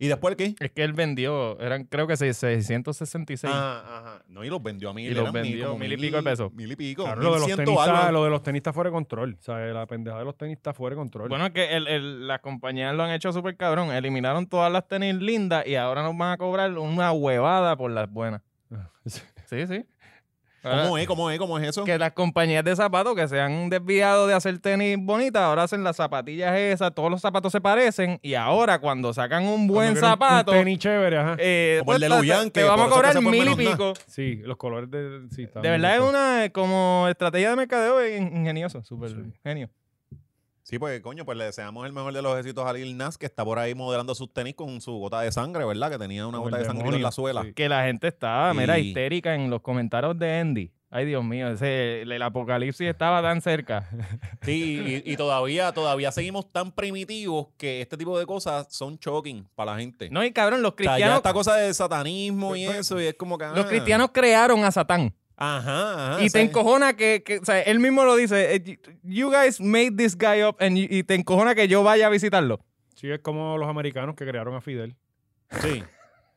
¿Y después qué?
Es que él vendió, eran creo que seis- 666.
Ah, ajá. No, y los vendió a mil.
Y los
eran mil,
vendió
como
mil y pico de pesos.
Mil y pico.
Claro, lo de, los
1100
tenistas,
algo.
lo de los tenistas fuera de control. O sea, la pendejada de los tenistas fuera de control.
Bueno, es que el, el- las compañías lo han hecho súper cabrón. Eliminaron todas las tenis lindas y ahora nos van a cobrar una huevada por las buenas. Sí, sí.
¿Cómo
Ah.
es? ¿Cómo es? ¿Cómo es eso?
Que las compañías de zapatos que se han desviado de hacer tenis bonitas, ahora hacen las zapatillas esas, todos los zapatos se parecen y ahora cuando sacan un
Cuando
buen
quieren un- un
zapato,
tenis chévere, ajá.
eh,
Como el de
te-
Luyan,
te,
que
vamos a
por eso es que
cobrar
se fue
mil y
menos nada.
pico.
Sí, los colores de. Sí, están
De verdad es
bonitos.
una eh, como estrategia de mercadeo eh, in- ingenioso, súper
Sí.
genio.
Sí, pues, coño, pues le deseamos el mejor de los éxitos a Lil Nas, que está por ahí modelando sus tenis con su gota de sangre, ¿verdad? Que tenía una
Como
gota
el
de sangre en
demonio,
la suela.
sí.
que la gente estaba, mira,
Y-
histérica en los comentarios de Andy. Ay, Dios mío, ese, el, el apocalipsis estaba tan cerca.
Sí, y, y todavía, todavía seguimos tan primitivos que este tipo de cosas son shocking para la gente.
No, y cabrón, los
O sea, ya
cristianos,
esta cosa de satanismo
Pues,
y eso, y es como que.
los
ah,
cristianos crearon a Satán.
Ajá, ajá.
y
o sea,
te encojona que, que- o sea, él mismo lo dice, eh, you guys made this guy up and you- y te encojona que yo vaya a visitarlo.
Sí, es como los americanos que crearon a Fidel.
Sí.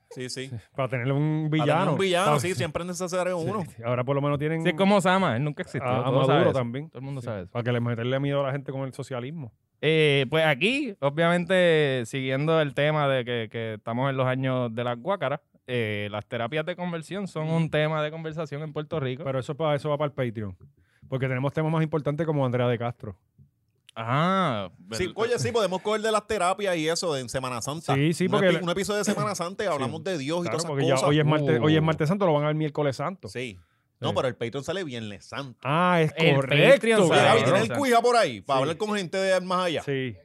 Sí, sí. Para
Para tenerle un
tener
villano.
Un villano,
Ah,
sí, siempre es necesario
sí,
uno.
sí. Ahora por lo menos tienen.
Sí, es como Osama, él nunca existió.
Ah,
a, a
todo,
Maduro también.
todo el mundo
Sí,
sabe eso.
Para que le meterle miedo a la gente con el socialismo.
Eh, pues aquí, obviamente, siguiendo el tema de que, que estamos en los años de las guácaras, eh, las terapias de conversión son un tema de conversación en Puerto Rico.
Pero eso, para, eso va para el Patreon. Porque tenemos temas más importantes como Andrea de Castro.
Ah,
Sí, oye, sí, podemos coger de las terapias y eso de en Semana Santa.
Sí, sí,
Un
porque-
epi- Un, episodio de Semana Santa y hablamos de Dios y
Claro,
todas
porque
esas
ya
cosas.
hoy es, martes, hoy es
Uh.
martes santo, lo van a ver miércoles santo.
Sí. No,
Sí.
pero el Patreon sale Viernes Santo.
Ah, es
El Patreon
correcto.
Oye, Gaby,
Claro.
cabrón.
¿tienes el cuija por ahí? Para
Sí.
hablar con gente de más allá.
Sí. Y
Hay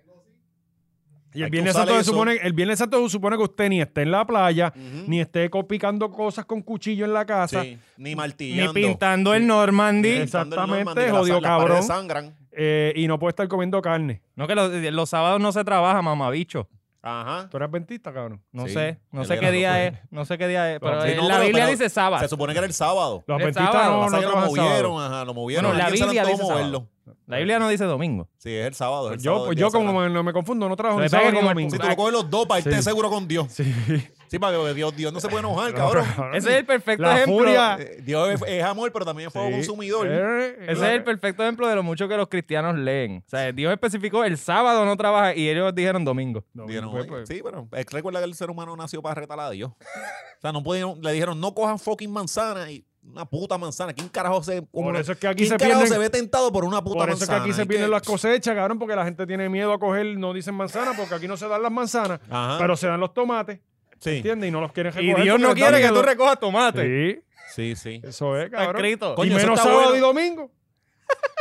que
el Viernes,
usar
Santo se
eso.
supone, el Viernes Santo se supone que usted ni esté en la playa,
Ujú.
ni esté co- picando cosas con cuchillo en la casa.
Sí, Ni
ni
martillando.
pintando el Normandy.
Pintando el
Exactamente,
Normandy, que las-
jodido
las paredes
cabrón.
sangran.
eh, y no puede estar comiendo carne.
No, que los, los sábados no se trabaja, mamabicho.
Ajá.
¿Tú eres adventista, cabrón?
No
Sí,
sé, no
él
sé
era
qué día
loco.
es, no sé qué día es, pero
Sí,
en
no,
la
pero-
Biblia
pero
dice sábado.
Se supone que era el sábado.
Los
Es
adventistas
sábado,
no,
Pasa
no
que lo
trabajan sábado.
movieron, ajá, lo movieron.
Bueno,
¿A
la
quién se le
Biblia
antojó
dice sábado.
moverlo?
La Biblia no dice domingo.
Sí, es el sábado. es el
Yo,
sábado,
pues
el
yo
día
como
santo.
me- no me confundo, no trabajo
Lo
ni
que pasa
sábado
es que
ni
como-
domingo.
Si tú lo coges los dos, para irte
Sí.
seguro con Dios.
Sí.
Sí, para que Dios, Dios no se puede enojar, cabrón.
Cabrón.
Ese es el perfecto
La
ejemplo.
furia.
Eh, Dios es, es amor, pero también es fuego
Sí.
consumidor.
Eh,
Ese es el perfecto ejemplo de lo mucho que los cristianos leen. O sea, Dios especificó el sábado no trabaja y ellos dijeron domingo.
Dijeron,
pues,
"Oye,
pues,
sí, pero eh, recuerda que el ser humano nació para retar a Dios. O sea, no pudieron, le dijeron, no cojan fucking manzana y una puta manzana. ¿Quién carajo se, como-
Por eso es que aquí
¿quién
se
carajo
pierden-
se ve tentado por una puta
Por eso es
manzana?
que aquí se
Es
pierden
que-
las cosechas, cabrón, porque la gente tiene miedo a coger, no dicen manzana, porque aquí no se dan las manzanas,
Ajá,
pero se dan los tomates,
sí.
¿entiendes? Y no los quieren
Y
recoger.
Dios no
porque los
quiere que
dan
tú
miedo.
recojas tomate.
Sí,
sí, sí.
eso es,
Está
cabrón.
escrito.
Coño,
y
eso
menos
está
sábado
bueno.
y domingo.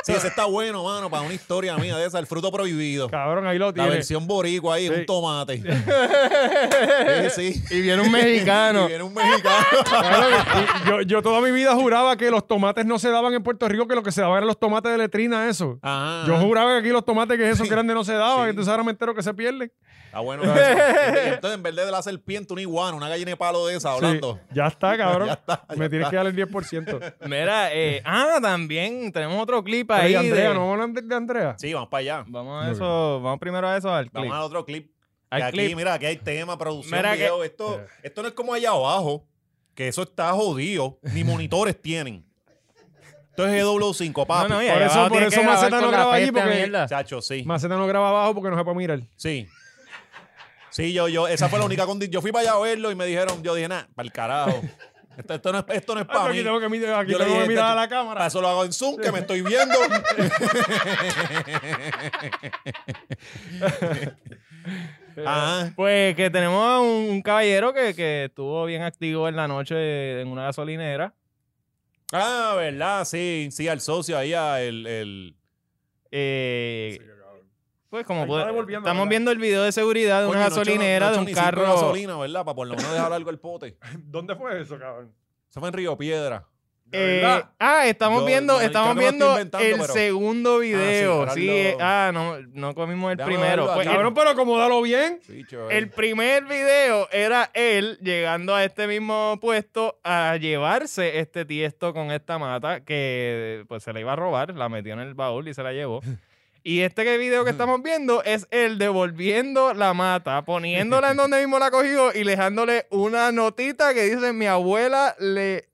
Sí, ese está bueno, mano, para una historia mía de esa, el fruto prohibido.
Cabrón, ahí lo
La
tienes.
versión boricua ahí,
Sí.
un tomate. Sí, sí.
Y viene un mexicano.
Y viene un mexicano.
Cabrón, y yo, yo toda mi vida juraba que los tomates no se daban en Puerto Rico, que lo que se daban eran los tomates de letrina, eso.
Ajá.
Yo juraba que aquí los tomates que esos
Sí.
grandes no se daban,
Sí.
entonces ahora me entero que se pierden.
Está bueno. eso. Y Entonces, en vez de la serpiente, una iguana, una gallina de palo de esa,
Sí,
hablando.
ya está, cabrón.
Ya está, ya
me tienes
está.
que dar el 10%.
Mira, eh, ah, también tenemos otro clip
Pero
ahí.
y Andrea,
de-
¿no vamos a hablar de Andrea?
Sí, vamos para allá.
Vamos a eso, vamos primero a eso al clip.
Vamos al otro clip.
Al
Que aquí,
clip.
mira, aquí hay tema, producción,
Mira que- Eh.
video. Esto, esto no es como allá abajo, que eso está jodido. Ni monitores tienen. Esto es GW5, papi.
y
por
allá
eso-
abajo
por
tienes
eso
que grabar
Maceta no
con la
graba allí,
peste a
porque-
mierda.
Chacho, sí.
Maceta no graba abajo porque no se puede mirar.
Sí. Sí, yo, yo, esa fue la única condición. Yo fui para allá a verlo y me dijeron, yo dije, nada, para el carajo. Esto, esto no es, esto no es
Ah,
para
pero
mí.
aquí tengo que, mir- aquí
Yo le
tengo que
dije,
mirar a
"Tacho,
la cámara.
Para eso lo hago en Zoom, que me estoy viendo. Ajá.
Pues que tenemos a un, un caballero que, que estuvo bien activo en la noche en una gasolinera.
Ah, verdad, sí, sí, al socio ahí, a el, el-
Eh, pues como
Ahí está
puede-
devolviendo,
estamos
¿verdad?
viendo el video de seguridad de una
Coño, no echó-
gasolinera,
no
de
echó
un
ni cinco
carro.
gasolina, ¿verdad? Para por lo menos dejar algo el pote.
¿Dónde fue eso, cabrón?
Eso fue en Río Piedra.
Eh,
verdad?
ah, estamos
Yo-
viendo,
yo- yo
estamos
creo que lo
viendo
estoy
el
inventando, pero-
segundo video.
ahora
sí,
lo-
eh, ah, no, no comimos el
Déjame
primero.
verlo
Pues,
aquí.
Cabrón, pero acomódalo bien.
Bicho,
El
eh.
primer video era él llegando a este mismo puesto a llevarse este tiesto con esta mata que pues se la iba a robar, la metió en el baúl y se la llevó. Y este que- video que estamos viendo es él devolviendo la mata, poniéndola en donde mismo la cogió y dejándole una notita que dice mi abuela le...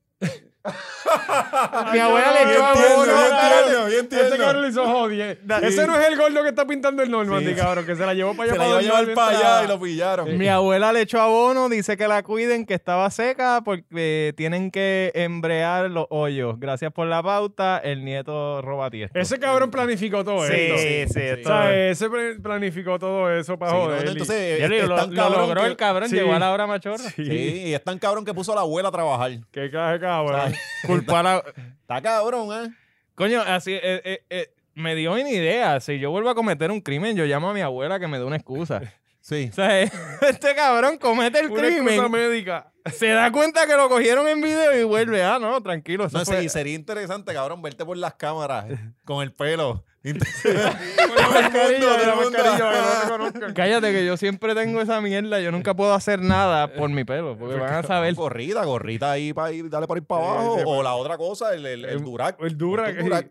mi abuela
yo
le echó
entiendo,
abono.
yo
para-
entiendo.
yo
Ese cabrón le hizo jodie. Ese no es el gordo que está pintando el Normandy,
Sí.
cabrón, que se la llevó para allá.
Se la iba a llevar
dormir
para
mientras-
allá y lo pillaron.
Mi abuela le echó abono, dice que la cuiden, que estaba seca porque tienen que embrear los hoyos. Gracias por la pauta, el nieto roba tiesto.
Ese cabrón planificó todo
Sí,
esto.
sí, sí,
O
esto-
sea, ese pre- planificó todo eso para
Sí, no,
joder. y-
entonces, eh,
Yo le digo,
es
lo,
tan
lo
cabrón
logró
que-
el cabrón,
sí.
llegó a la hora machorra.
Sí.
Sí, y es tan cabrón que puso a la abuela a trabajar.
Qué clase, cabrón.
Culpó a la-
Está cabrón, ¿eh?
Coño, así, eh, eh, eh, me dio una idea. Si yo vuelvo a cometer un crimen, yo llamo a mi abuela que me dé una excusa.
Sí.
O sea, eh, este cabrón comete el
Una excusa
crimen,
médica.
se da cuenta que lo cogieron en video y vuelve. Ah, no, tranquilo. eso
No
fue-
sé, y sería interesante, cabrón, verte por las cámaras con el pelo.
Con la mascarilla,
todo el
con la
mundo.
mascarilla, que no reconozcan.
Cállate que yo siempre tengo esa mierda, yo nunca puedo hacer nada por mi pelo, porque van a saber.
Gorrita, gorrita ahí para ir, dale para ir para abajo.
Sí, sí,
o la otra cosa, el,
Eh,
el,
El-
el Durac.
El Dura.
El Durac.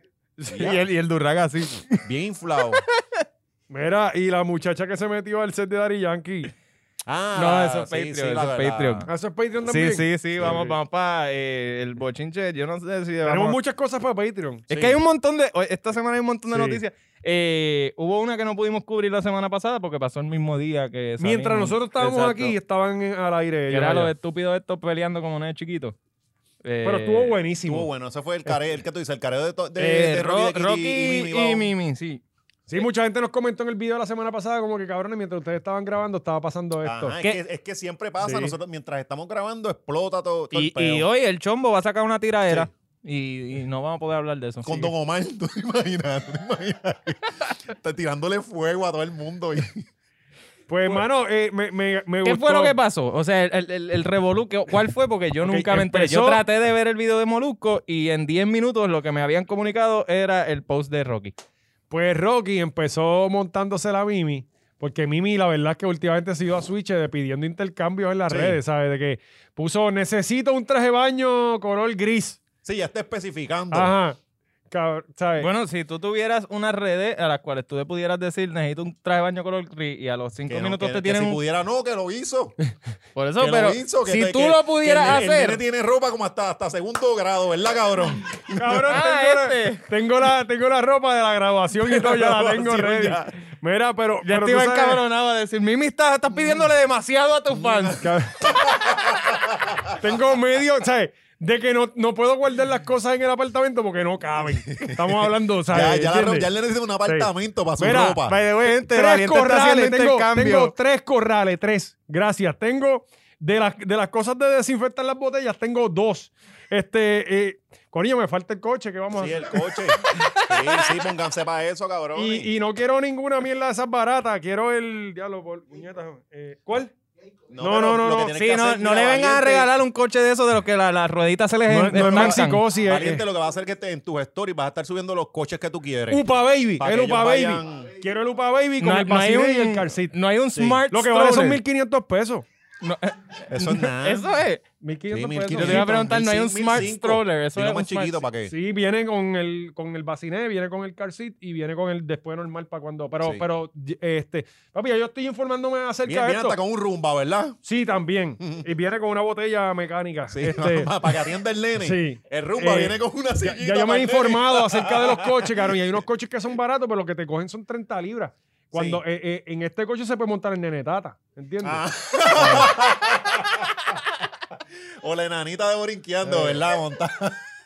Y el, y el Durraga así.
Bien inflado.
Mira, y la muchacha que se metió al set de Dari Yankee.
Ah,
No, eso es Patreon, eso es Patreon.
¿Ah, ¿Eso es Patreon
Sí,
también?
sí, sí, vamos,
Sí.
vamos para el bochinche. Yo no sé si.
Tenemos
vamos-
muchas cosas para Patreon.
Es
Sí.
que hay un montón de. oye, Esta semana hay un montón de
Sí.
noticias. Eh, hubo una que no pudimos cubrir la semana pasada porque pasó el mismo día que. salimos.
Mientras nosotros estábamos
Exacto.
aquí, estaban en- al aire.
Que
ellos
era
allá.
los estúpidos estos peleando como niños chiquitos. Eh,
Pero estuvo buenísimo.
Estuvo bueno, ese fue el careo, el que tú dices, el careo de, to- de,
eh,
de
Ro-
Rocky, de Kitty
Rocky
Mimi
y
Bao.
Mimi, sí.
Sí, mucha gente nos comentó en el video la semana pasada como que cabrones, mientras ustedes estaban grabando estaba pasando esto.
Ajá, es,
¿Qué?
que, es que siempre pasa,
Sí.
nosotros mientras estamos grabando explota todo, todo
Y,
el peo.
y hoy el chombo va a sacar una tiradera y, y no vamos a poder hablar de eso.
Con Don Omar, tú te imaginas, tú te imaginas. Está tirándole fuego a todo el mundo. Y...
Pues, hermano, eh, me, me, me
¿Qué
gustó.
fue lo que pasó? O sea, el, el, el revolú, ¿qué- ¿cuál fue? Porque yo
Ok,
nunca me enteré. Yo
empezó-
traté de ver el video de Molusco y en 10 minutos lo que me habían comunicado era el post de Rocky.
Pues Rocky empezó montándose la Mimi, porque Mimi la verdad es que últimamente ha sido a Switch de pidiendo intercambios en las
Sí.
redes, ¿sabes? De que puso, necesito un traje de baño color gris.
Sí, ya está especificando.
Ajá. Cab- ¿sabes?
Bueno, si tú tuvieras unas redes a las cuales tú le pudieras decir, necesito un traje de baño color gris y a los cinco
Que no,
minutos
que-
te
que
tienen
si
un...
pudiera no, que lo hizo.
Por eso,
Que
pero
lo hizo. Que
si
te-
tú
que-
lo
que el
pudieras
nene- El nene
hacer.
tiene ropa como hasta, hasta segundo grado, ¿verdad, cabrón?
Cabrón,
Ah,
tengo, la-
este.
tengo la, tengo, la, ropa de la grabación y todo, ya la tengo
grabación,
ready.
ya.
Mira, pero.
Ya
pero
te
tú
iba
sabes- Mm.
encabronado a decir, Mimi, estás, estás pidiéndole demasiado a tus fans.
Tengo medio, ¿sabes? De que no, no puedo guardar las cosas en el apartamento porque no caben. Estamos hablando,
ya,
¿sabes?
ya, la ro-
¿Entiendes?
ya le necesita un apartamento para su
Mira,
ropa.
By the way, gente,
tres
Valiente está
corrales,
haciendo
tengo,
intercambio.
tengo tres corrales, tres. Gracias. Tengo de las, de las cosas de desinfectar las botellas, tengo dos. Este, eh, Corillo, me falta el coche que vamos
Sí,
a
el
hacer.
coche. Sí, sí, pónganse para eso, cabrón.
Y, y no quiero ninguna mierda de esas baratas, quiero el diablo por puñetas. eh, ¿Cuál? no, no, no, no.
Sí, no, no le vengan
vengan
a regalar un coche de esos de los que la- las rueditas se les
No,
en-
no es
enmancan.
maxicosi, es-
eh.
Valiente lo que va a hacer que te, en tu story vas a estar subiendo los coches que tú quieres.
Upa Baby,
Pa'
el
que ellos
Upa Baby.
vayan-
Quiero el Upa Baby con
No,
el
no hay
pasillo y el
un-
car seat.
No hay un smart
Lo que vale son
stroller.
1500 pesos.
No,
Eso es nada.
Eso es.
1500
Ah. Sí,
pesos.
1500.
Yo te iba a preguntar, no hay un
1005.
smart stroller. Eso
Dilo
es
más
un smart-
chiquito para qué.
Sí, viene con el con el baciné, viene con el car seat y viene con el después normal para cuando, pero
Sí.
pero este, papi, ya yo estoy informándome acerca
Bien,
de
bien
esto.
hasta con un rumba, ¿verdad?
Sí, también. y viene con una botella mecánica.
Sí,
Este,
para que atienda el nene.
sí.
El rumba
Eh,
viene con una
ya,
sillita.
ya yo me
para
he
el nene.
informado acerca de los coches, cabrón. Y hay unos coches que son baratos, pero lo que te cogen son 30 libras. Cuando
Sí.
eh, eh, en este coche se puede montar el nene tata, ¿entiendes?
Ah. o la enanita de borinqueando,
Eh.
¿verdad? Monta-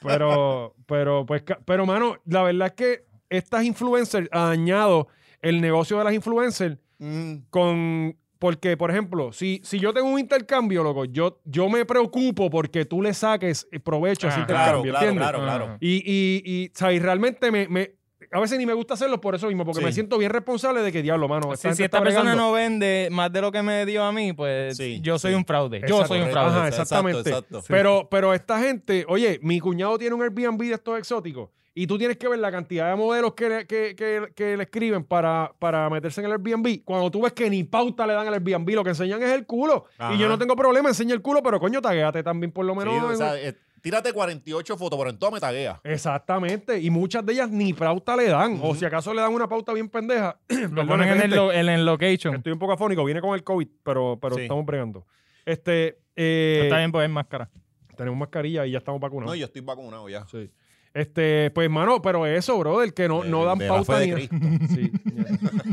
Pero, pero, pues, ca- pero, mano, la verdad es que estas influencers han dañado el negocio de las influencers
Mm,
con. Porque, por ejemplo, si, si yo tengo un intercambio, loco, yo, yo me preocupo porque tú le saques eh, provecho a ese
Ah,
claro,
intercambio,
claro,
¿entiendes?
claro, claro.
Ajá.
Y, y, y, o sea, y realmente me, me- A veces ni me gusta hacerlo por eso mismo, porque
Sí.
me siento bien responsable de que, diablo, mano,
Pues
Sí,
esta gente
si esta
está
persona
bregando.
no vende más de lo que me dio a mí, pues
Sí,
yo soy
sí.
un fraude. Yo
Exacto,
soy un
correcto.
fraude.
Ajá,
Exacto,
exactamente.
exacto. Sí.
Pero, pero esta gente, oye, mi cuñado tiene un Airbnb de estos exóticos y tú tienes que ver la cantidad de modelos que le, que, que- que le escriben para, para meterse en el Airbnb. Cuando tú ves que ni pauta le dan al Airbnb, lo que enseñan es el culo.
Ajá.
Y yo no tengo problema, enseña el culo, pero coño, taguéate también por lo
Sí,
menos.
o
en-
sea, eh, tírate 48 fotos, pero en todas me taguea.
Exactamente. Y muchas de ellas ni pauta le dan. O si acaso le dan una pauta bien pendeja.
Lo
Perdóname,
ponen en el,
gente.
lo- en el location.
Estoy un poco afónico, viene con el COVID, pero, pero
Sí.
estamos bregando. Este, eh,
Está bien, pues es más cara.
tenemos mascarilla y ya estamos vacunados.
No, yo estoy vacunado ya.
Sí. Este, pues, mano, pero eso, brother, que no,
De-
no dan
Eh, de la
pauta
fe de
ni Sí, ya.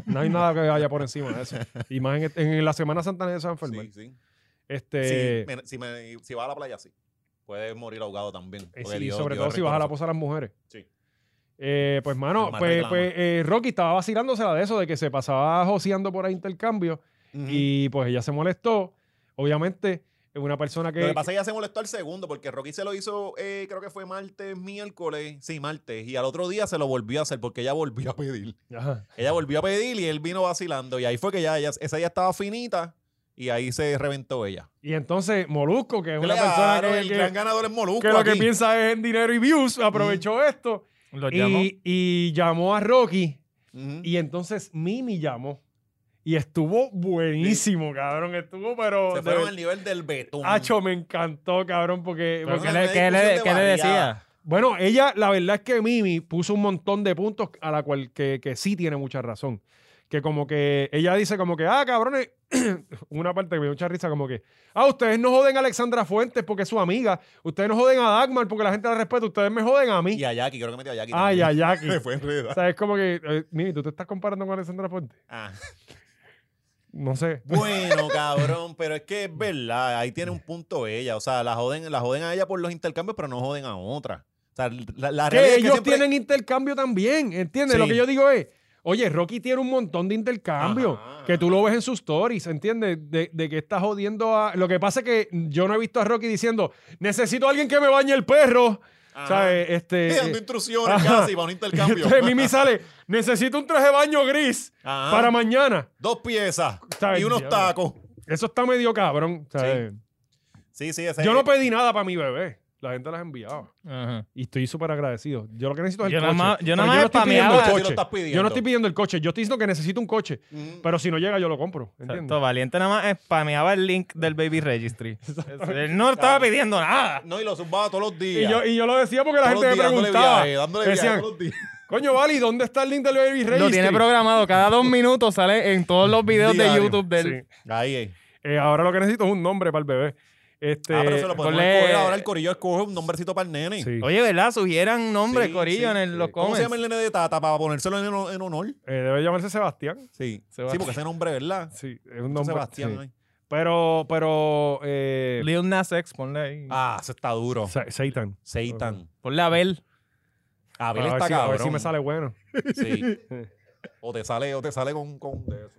No hay nada que vaya por encima de eso. Y más en, e, en la Semana Santa nadie se va a enfermar.
Sí, sí.
Este,
Sí, me- si, me- si vas a la playa, sí. Puedes morir ahogado también.
eh,
porque
sí,
Dios-
sobre
Dios
todo si vas a la
reconoce.
posa a las mujeres.
Sí.
Eh, pues, mano,
Mamá
pues,
reclama.
pues, eh, Rocky estaba vacilándosela de eso, de que se pasaba joseando por ahí intercambio.
Ujú.
Y pues ella se molestó. Obviamente, es una persona que.
Lo que pasa es que ella se molestó al segundo porque Rocky se lo hizo, eh, creo que fue martes, miércoles, sí, martes, y al otro día se lo volvió a hacer porque ella volvió a pedir.
Ajá.
Ella volvió a pedir y él vino vacilando y ahí fue que ya, ella, esa ya estaba finita y ahí se reventó ella.
Y entonces, Molusco, que es una persona
Claro,
que,
el
que-
gran ganador es Molusco
que lo que
aquí.
piensa es en dinero y views, aprovechó esto.
Los
Pues
llamó.
Y, y llamó a Rocky.
Ujú.
Y entonces Mimi llamó. Y estuvo buenísimo, cabrón. Estuvo, pero.
se
de- Ah,
fueron al nivel del betún.
Hacho, me encantó, cabrón, porque.
Pero
porque-
¿Qué
una
le, qué le-
discusión de
qué le decía?
variedad.
Bueno, ella, la verdad es que Mimi puso un montón de puntos a la cual que, que sí tiene mucha razón. Que como que ella dice como que, ah, cabrones, una parte que me dio mucha risa como que, ah, ustedes no joden a Alexandra Fuentes porque es su amiga, ustedes no joden a Dagmar porque la gente la respeta, ustedes me joden a mí.
Y a Jackie, creo que metió a Jackie.
Ay, a
también.
Jackie.
Se fue
Ah, O
enredada.
sea, es como que, eh, Mimi, ¿tú te estás comparando con Alexandra Fuentes?
Ah.
No sé.
Bueno, cabrón, pero es que es verdad, ahí tiene un punto ella. O sea, la joden, la joden a ella por los intercambios, pero no joden a otra. O sea, la, la
que
realidad es
ellos
siempre-
tienen intercambio también, ¿entiendes?
Sí.
Lo que yo digo es, oye, Rocky tiene un montón de intercambio
Ajá.
que tú lo ves en sus stories, ¿entiendes? De, de que está jodiendo a... Lo que pasa es que yo no he visto a Rocky diciendo, necesito a alguien que me bañe el perro,
Ajá.
¿sabes? Este...
Sí, dando
eh,
instrucciones
Ajá.
casi para un intercambio.
entonces Mimi sale, necesito un traje de baño gris
Ajá.
para mañana.
Dos piezas
Está
y
bien,
unos
diablo.
tacos.
Eso está medio cabrón, ¿sabes?
Sí, sí, ese
Yo no
es-
pedí nada para mi bebé. la gente las enviaba.
Ajá.
Y estoy súper agradecido. Yo lo que necesito es el
Yo nada
coche.
más- yo
Pero
nada más
no estoy pidiendo el
spameaba.
Si lo
coche.
estás pidiendo.
Yo no estoy pidiendo el coche. Yo estoy diciendo que necesito un coche.
Mm.
Pero si no llega, yo lo compro.
Exacto,
¿Entiendes?
Valiente nada más spameaba el link del Baby Registry. Él no estaba pidiendo nada.
No, y lo zumbaba todos los
Y
días.
yo, y yo lo decía porque la
Todos
gente me
los días, dándole
preguntaba.
viaje, dándole viaje
decían,
todos los días.
coño, Vali, ¿dónde está el link del Baby Registry?
Lo tiene programado. Cada dos minutos sale en todos los videos de
Diario.
YouTube del.
Sí.
Ahí es.
Eh, ahora lo que necesito es un nombre para el bebé. Este, pues,
Ah, pero se lo podemos
ponle-
escoger. Ahora el corillo escoge un nombrecito para el nene.
sí.
Oye, ¿verdad? Sugieran nombres,
Sí,
Corillo,
sí,
en el- los
¿Cómo
comments.
se llama el nene de Tata para ponérselo en, en honor?
Eh, debe llamarse Sebastián.
Sí.
Sebastián.
Sí, porque ese nombre, ¿verdad?
Sí, es un nombre.
Sebastián.
sí.
ay.
Pero, pero. Eh,
Lil Nas X, ponle ahí.
Ah, ese está duro.
Sa- Satan.
Seitan.
Ponle a Bel.
A
Abel
ver,
está
si, a
cabrón.
ver si me sale bueno.
Sí. O te sale, o te sale con, con de eso.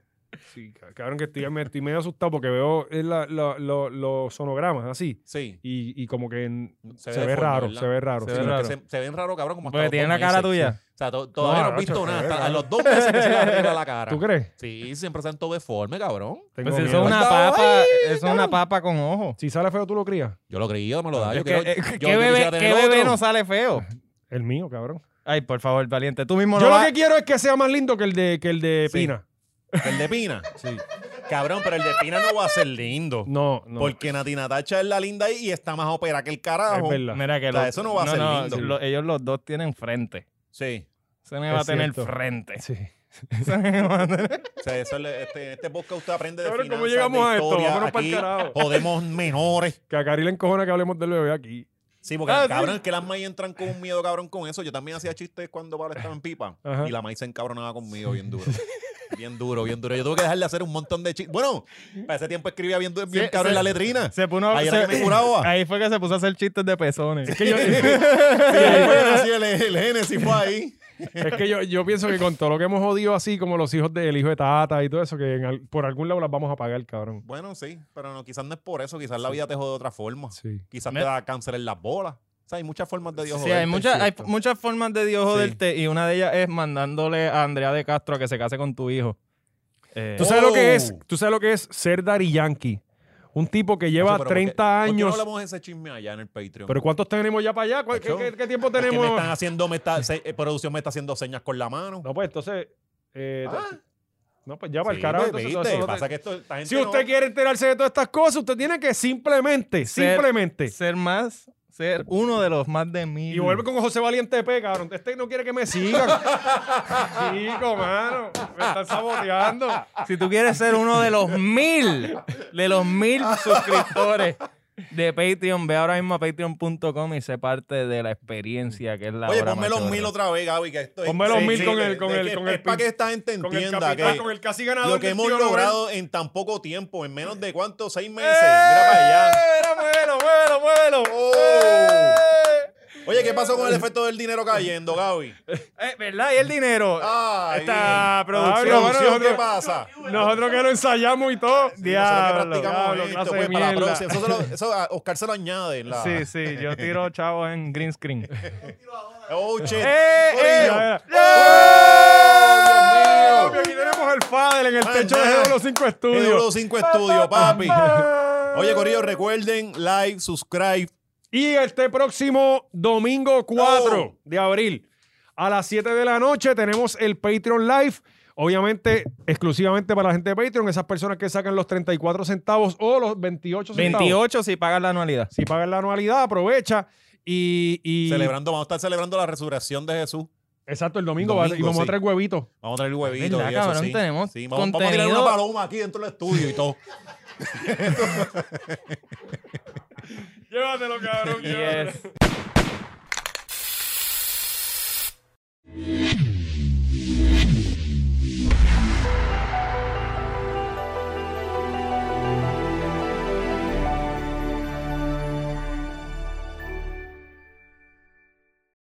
Sí, ca- cabrón, que estoy, me estoy medio asustado porque veo eh, la- la- lo- los sonogramas así.
Sí.
Y, y como que en- se,
Se
ve
ve deforme,
raro,
¿verdad?
se ve raro.
Se
Sí,
ve
Sí.
raro.
porque Se, se ven raro, cabrón, como hasta
Porque
los
tiene
dos
la cara
meses.
tuya.
O sea, to- todavía no,
No,
has visto
chacho,
nada.
se ve
hasta- A
raro.
los dos meses que se le arregla la cara.
¿Tú crees?
Sí, siempre se han todo deforme, cabrón.
Tengo
Pues eso
miedo.
es una
Estaba
papa,
ahí,
eso es una papa con ojo.
Si sale feo, tú lo crías.
Yo lo creí, yo me lo da. Yo
Es que,
quiero,
eh, ¿Qué
yo- yo
bebé,
quisiera tener
qué bebé
otro.
no sale feo?
El mío, cabrón.
Ay, por favor, valiente. Tú mismo
Yo
lo
lo
vas-
que quiero es que sea más lindo que el de, que el de
Sí.
Pina.
El de Pina. Sí. Cabrón, pero el de Pina no va a ser lindo.
No, no.
Porque Natina Tacha es la linda ahí y está más opera que el carajo.
es verdad.
Mira que
O sea,
lo-
eso no va a ser lindo.
lo- ellos los dos tienen frente.
Sí.
Se me
Es
va a tener
cierto.
frente.
Sí.
Ese nene va a tener-
O sea, eso le- este, en este podcast usted aprende de
Cabrón,
finanzas,
¿cómo llegamos
de
a esto?
historia.
Vámonos pa'l
Aquí
carajo.
Jodemos menores.
Que a Cari le encojona que hablemos del bebé aquí.
Sí, porque
Ah, sí.
cabrón, es que las maíz entran con un miedo cabrón con eso. Yo también hacía chistes cuando Pablo estaba en pipa
Ajá.
y la maíz se encabronaba conmigo bien duro. Bien duro, bien duro. Yo tuve que dejarle hacer un montón de chistes. Bueno, para ese tiempo escribía bien, du- bien
Sí,
cabrón
sí.
en la letrina.
Se puso-
Ahí
se-
era que me curaba.
Ahí fue que se puso a hacer chistes de pezones.
Es que yo,
Sí, ahí fue que nació el, el génesis, fue ahí.
es que yo, yo pienso que con todo lo que hemos jodido así, como los hijos del hijo de Tata y todo eso, que en al- por algún lado las vamos a pagar, cabrón.
Bueno, sí, pero no, quizás no es por eso. Quizás la vida te jode de otra forma.
Sí.
Quizás
Me-
te da cáncer en las bolas. O sea, hay muchas formas de Dios
Sí, hay,
joderte.
muchas- hay muchas formas de Dios
Sí.
joderte y una de ellas es mandándole a Andrea de Castro a que se case con tu hijo. Eh,
¿Tú sabes, lo que
Oh.
es, tú sabes lo que es ser Daddy Yankee. Un tipo que lleva
Nacho, pero ¿por qué-
30
¿por qué no
años.
hablamos de ese chisme allá en el Patreon?
pero ¿cuántos tenemos ya para allá? ¿Cuál- ¿Qué,
Nacho,
qué- qué tiempo
Es que
tenemos?
me están haciendo, me está, se- eh, producción me está haciendo señas con la mano.
No, pues entonces. eh,
Ah.
No, pues ya para el
Sí,
carajo.
pues,
entonces,
viste,
eso no te-
pasa que esto, esta gente
Si usted
no-
quiere enterarse de todas estas cosas, usted tiene que simplemente,
Ser-
simplemente.
ser más, ser uno de los más de mil.
Y vuelve con José Valiente P, cabrón. Este no quiere que me sigan. Chico, mano. Me están saboteando.
Si tú quieres ser uno de los mil, de los mil suscriptores de Patreon, ve ahora mismo a patreon.com y sé parte de la experiencia que es la
Oye,
hora
ponme los
machorra.
mil otra vez, Gaby. Que esto es-
Ponme los
sí,
mil
sí,
con
de-
el- con
de
el-
que-
con
es
el
para
pin-
que esta gente
Con el
entienda
capitán,
que
con el casi ganador.
lo que
del
hemos
tío Nobel.
logrado en tan poco tiempo, en menos de cuánto, seis meses.
¡Eh!
Mira para allá.
Era bueno, bueno, bueno.
¡Oh! Oye, ¿qué pasó
eh.
con el efecto del dinero cayendo, Gaby?
Eh, ¿Verdad? Y el dinero.
Ay,
Esta producción.
producción,
nosotros-
¿qué pasa?
Nosotros que lo ensayamos y todo.
Nosotros que
Diablo,
practicamos
diablo,
esto,
clase
pues,
de
para la
mierda.
próxima. Eso, se lo- eso a Oscar se lo añade. en la-
Sí, sí, yo tiro chavos en green screen.
Oh, shit.
¡Eh, eh!
Corillo.
Mira, mira.
¡Oh,
Papi,
Dios
Aquí
mío!
tenemos al Fadel en el techo de
Andá.
los 5
Euro
Estudios. ¡Eh!
5 Estudio, papi. Oye, Corillo, recuerden, like, subscribe.
Y este próximo domingo 4
No.
de abril a las 7 de la noche tenemos el Patreon Live. Obviamente, exclusivamente para la gente de Patreon, esas personas que sacan los 34 centavos o los 28 centavos.
28 si pagas la anualidad.
Si pagan la anualidad, aprovecha y... y-
Celebrando, vamos a estar celebrando la resurrección de Jesús.
Exacto, el domingo,
Domingo,
va- y vamos a
sí.
traer huevitos.
Vamos a traer el huevito.
verdad,
y eso,
cabrón,
sí.
tenemos
Sí, vamos, vamos a tirar
contenido.
una paloma aquí dentro del estudio y todo.
Llévatelo, cabrón.
Yes.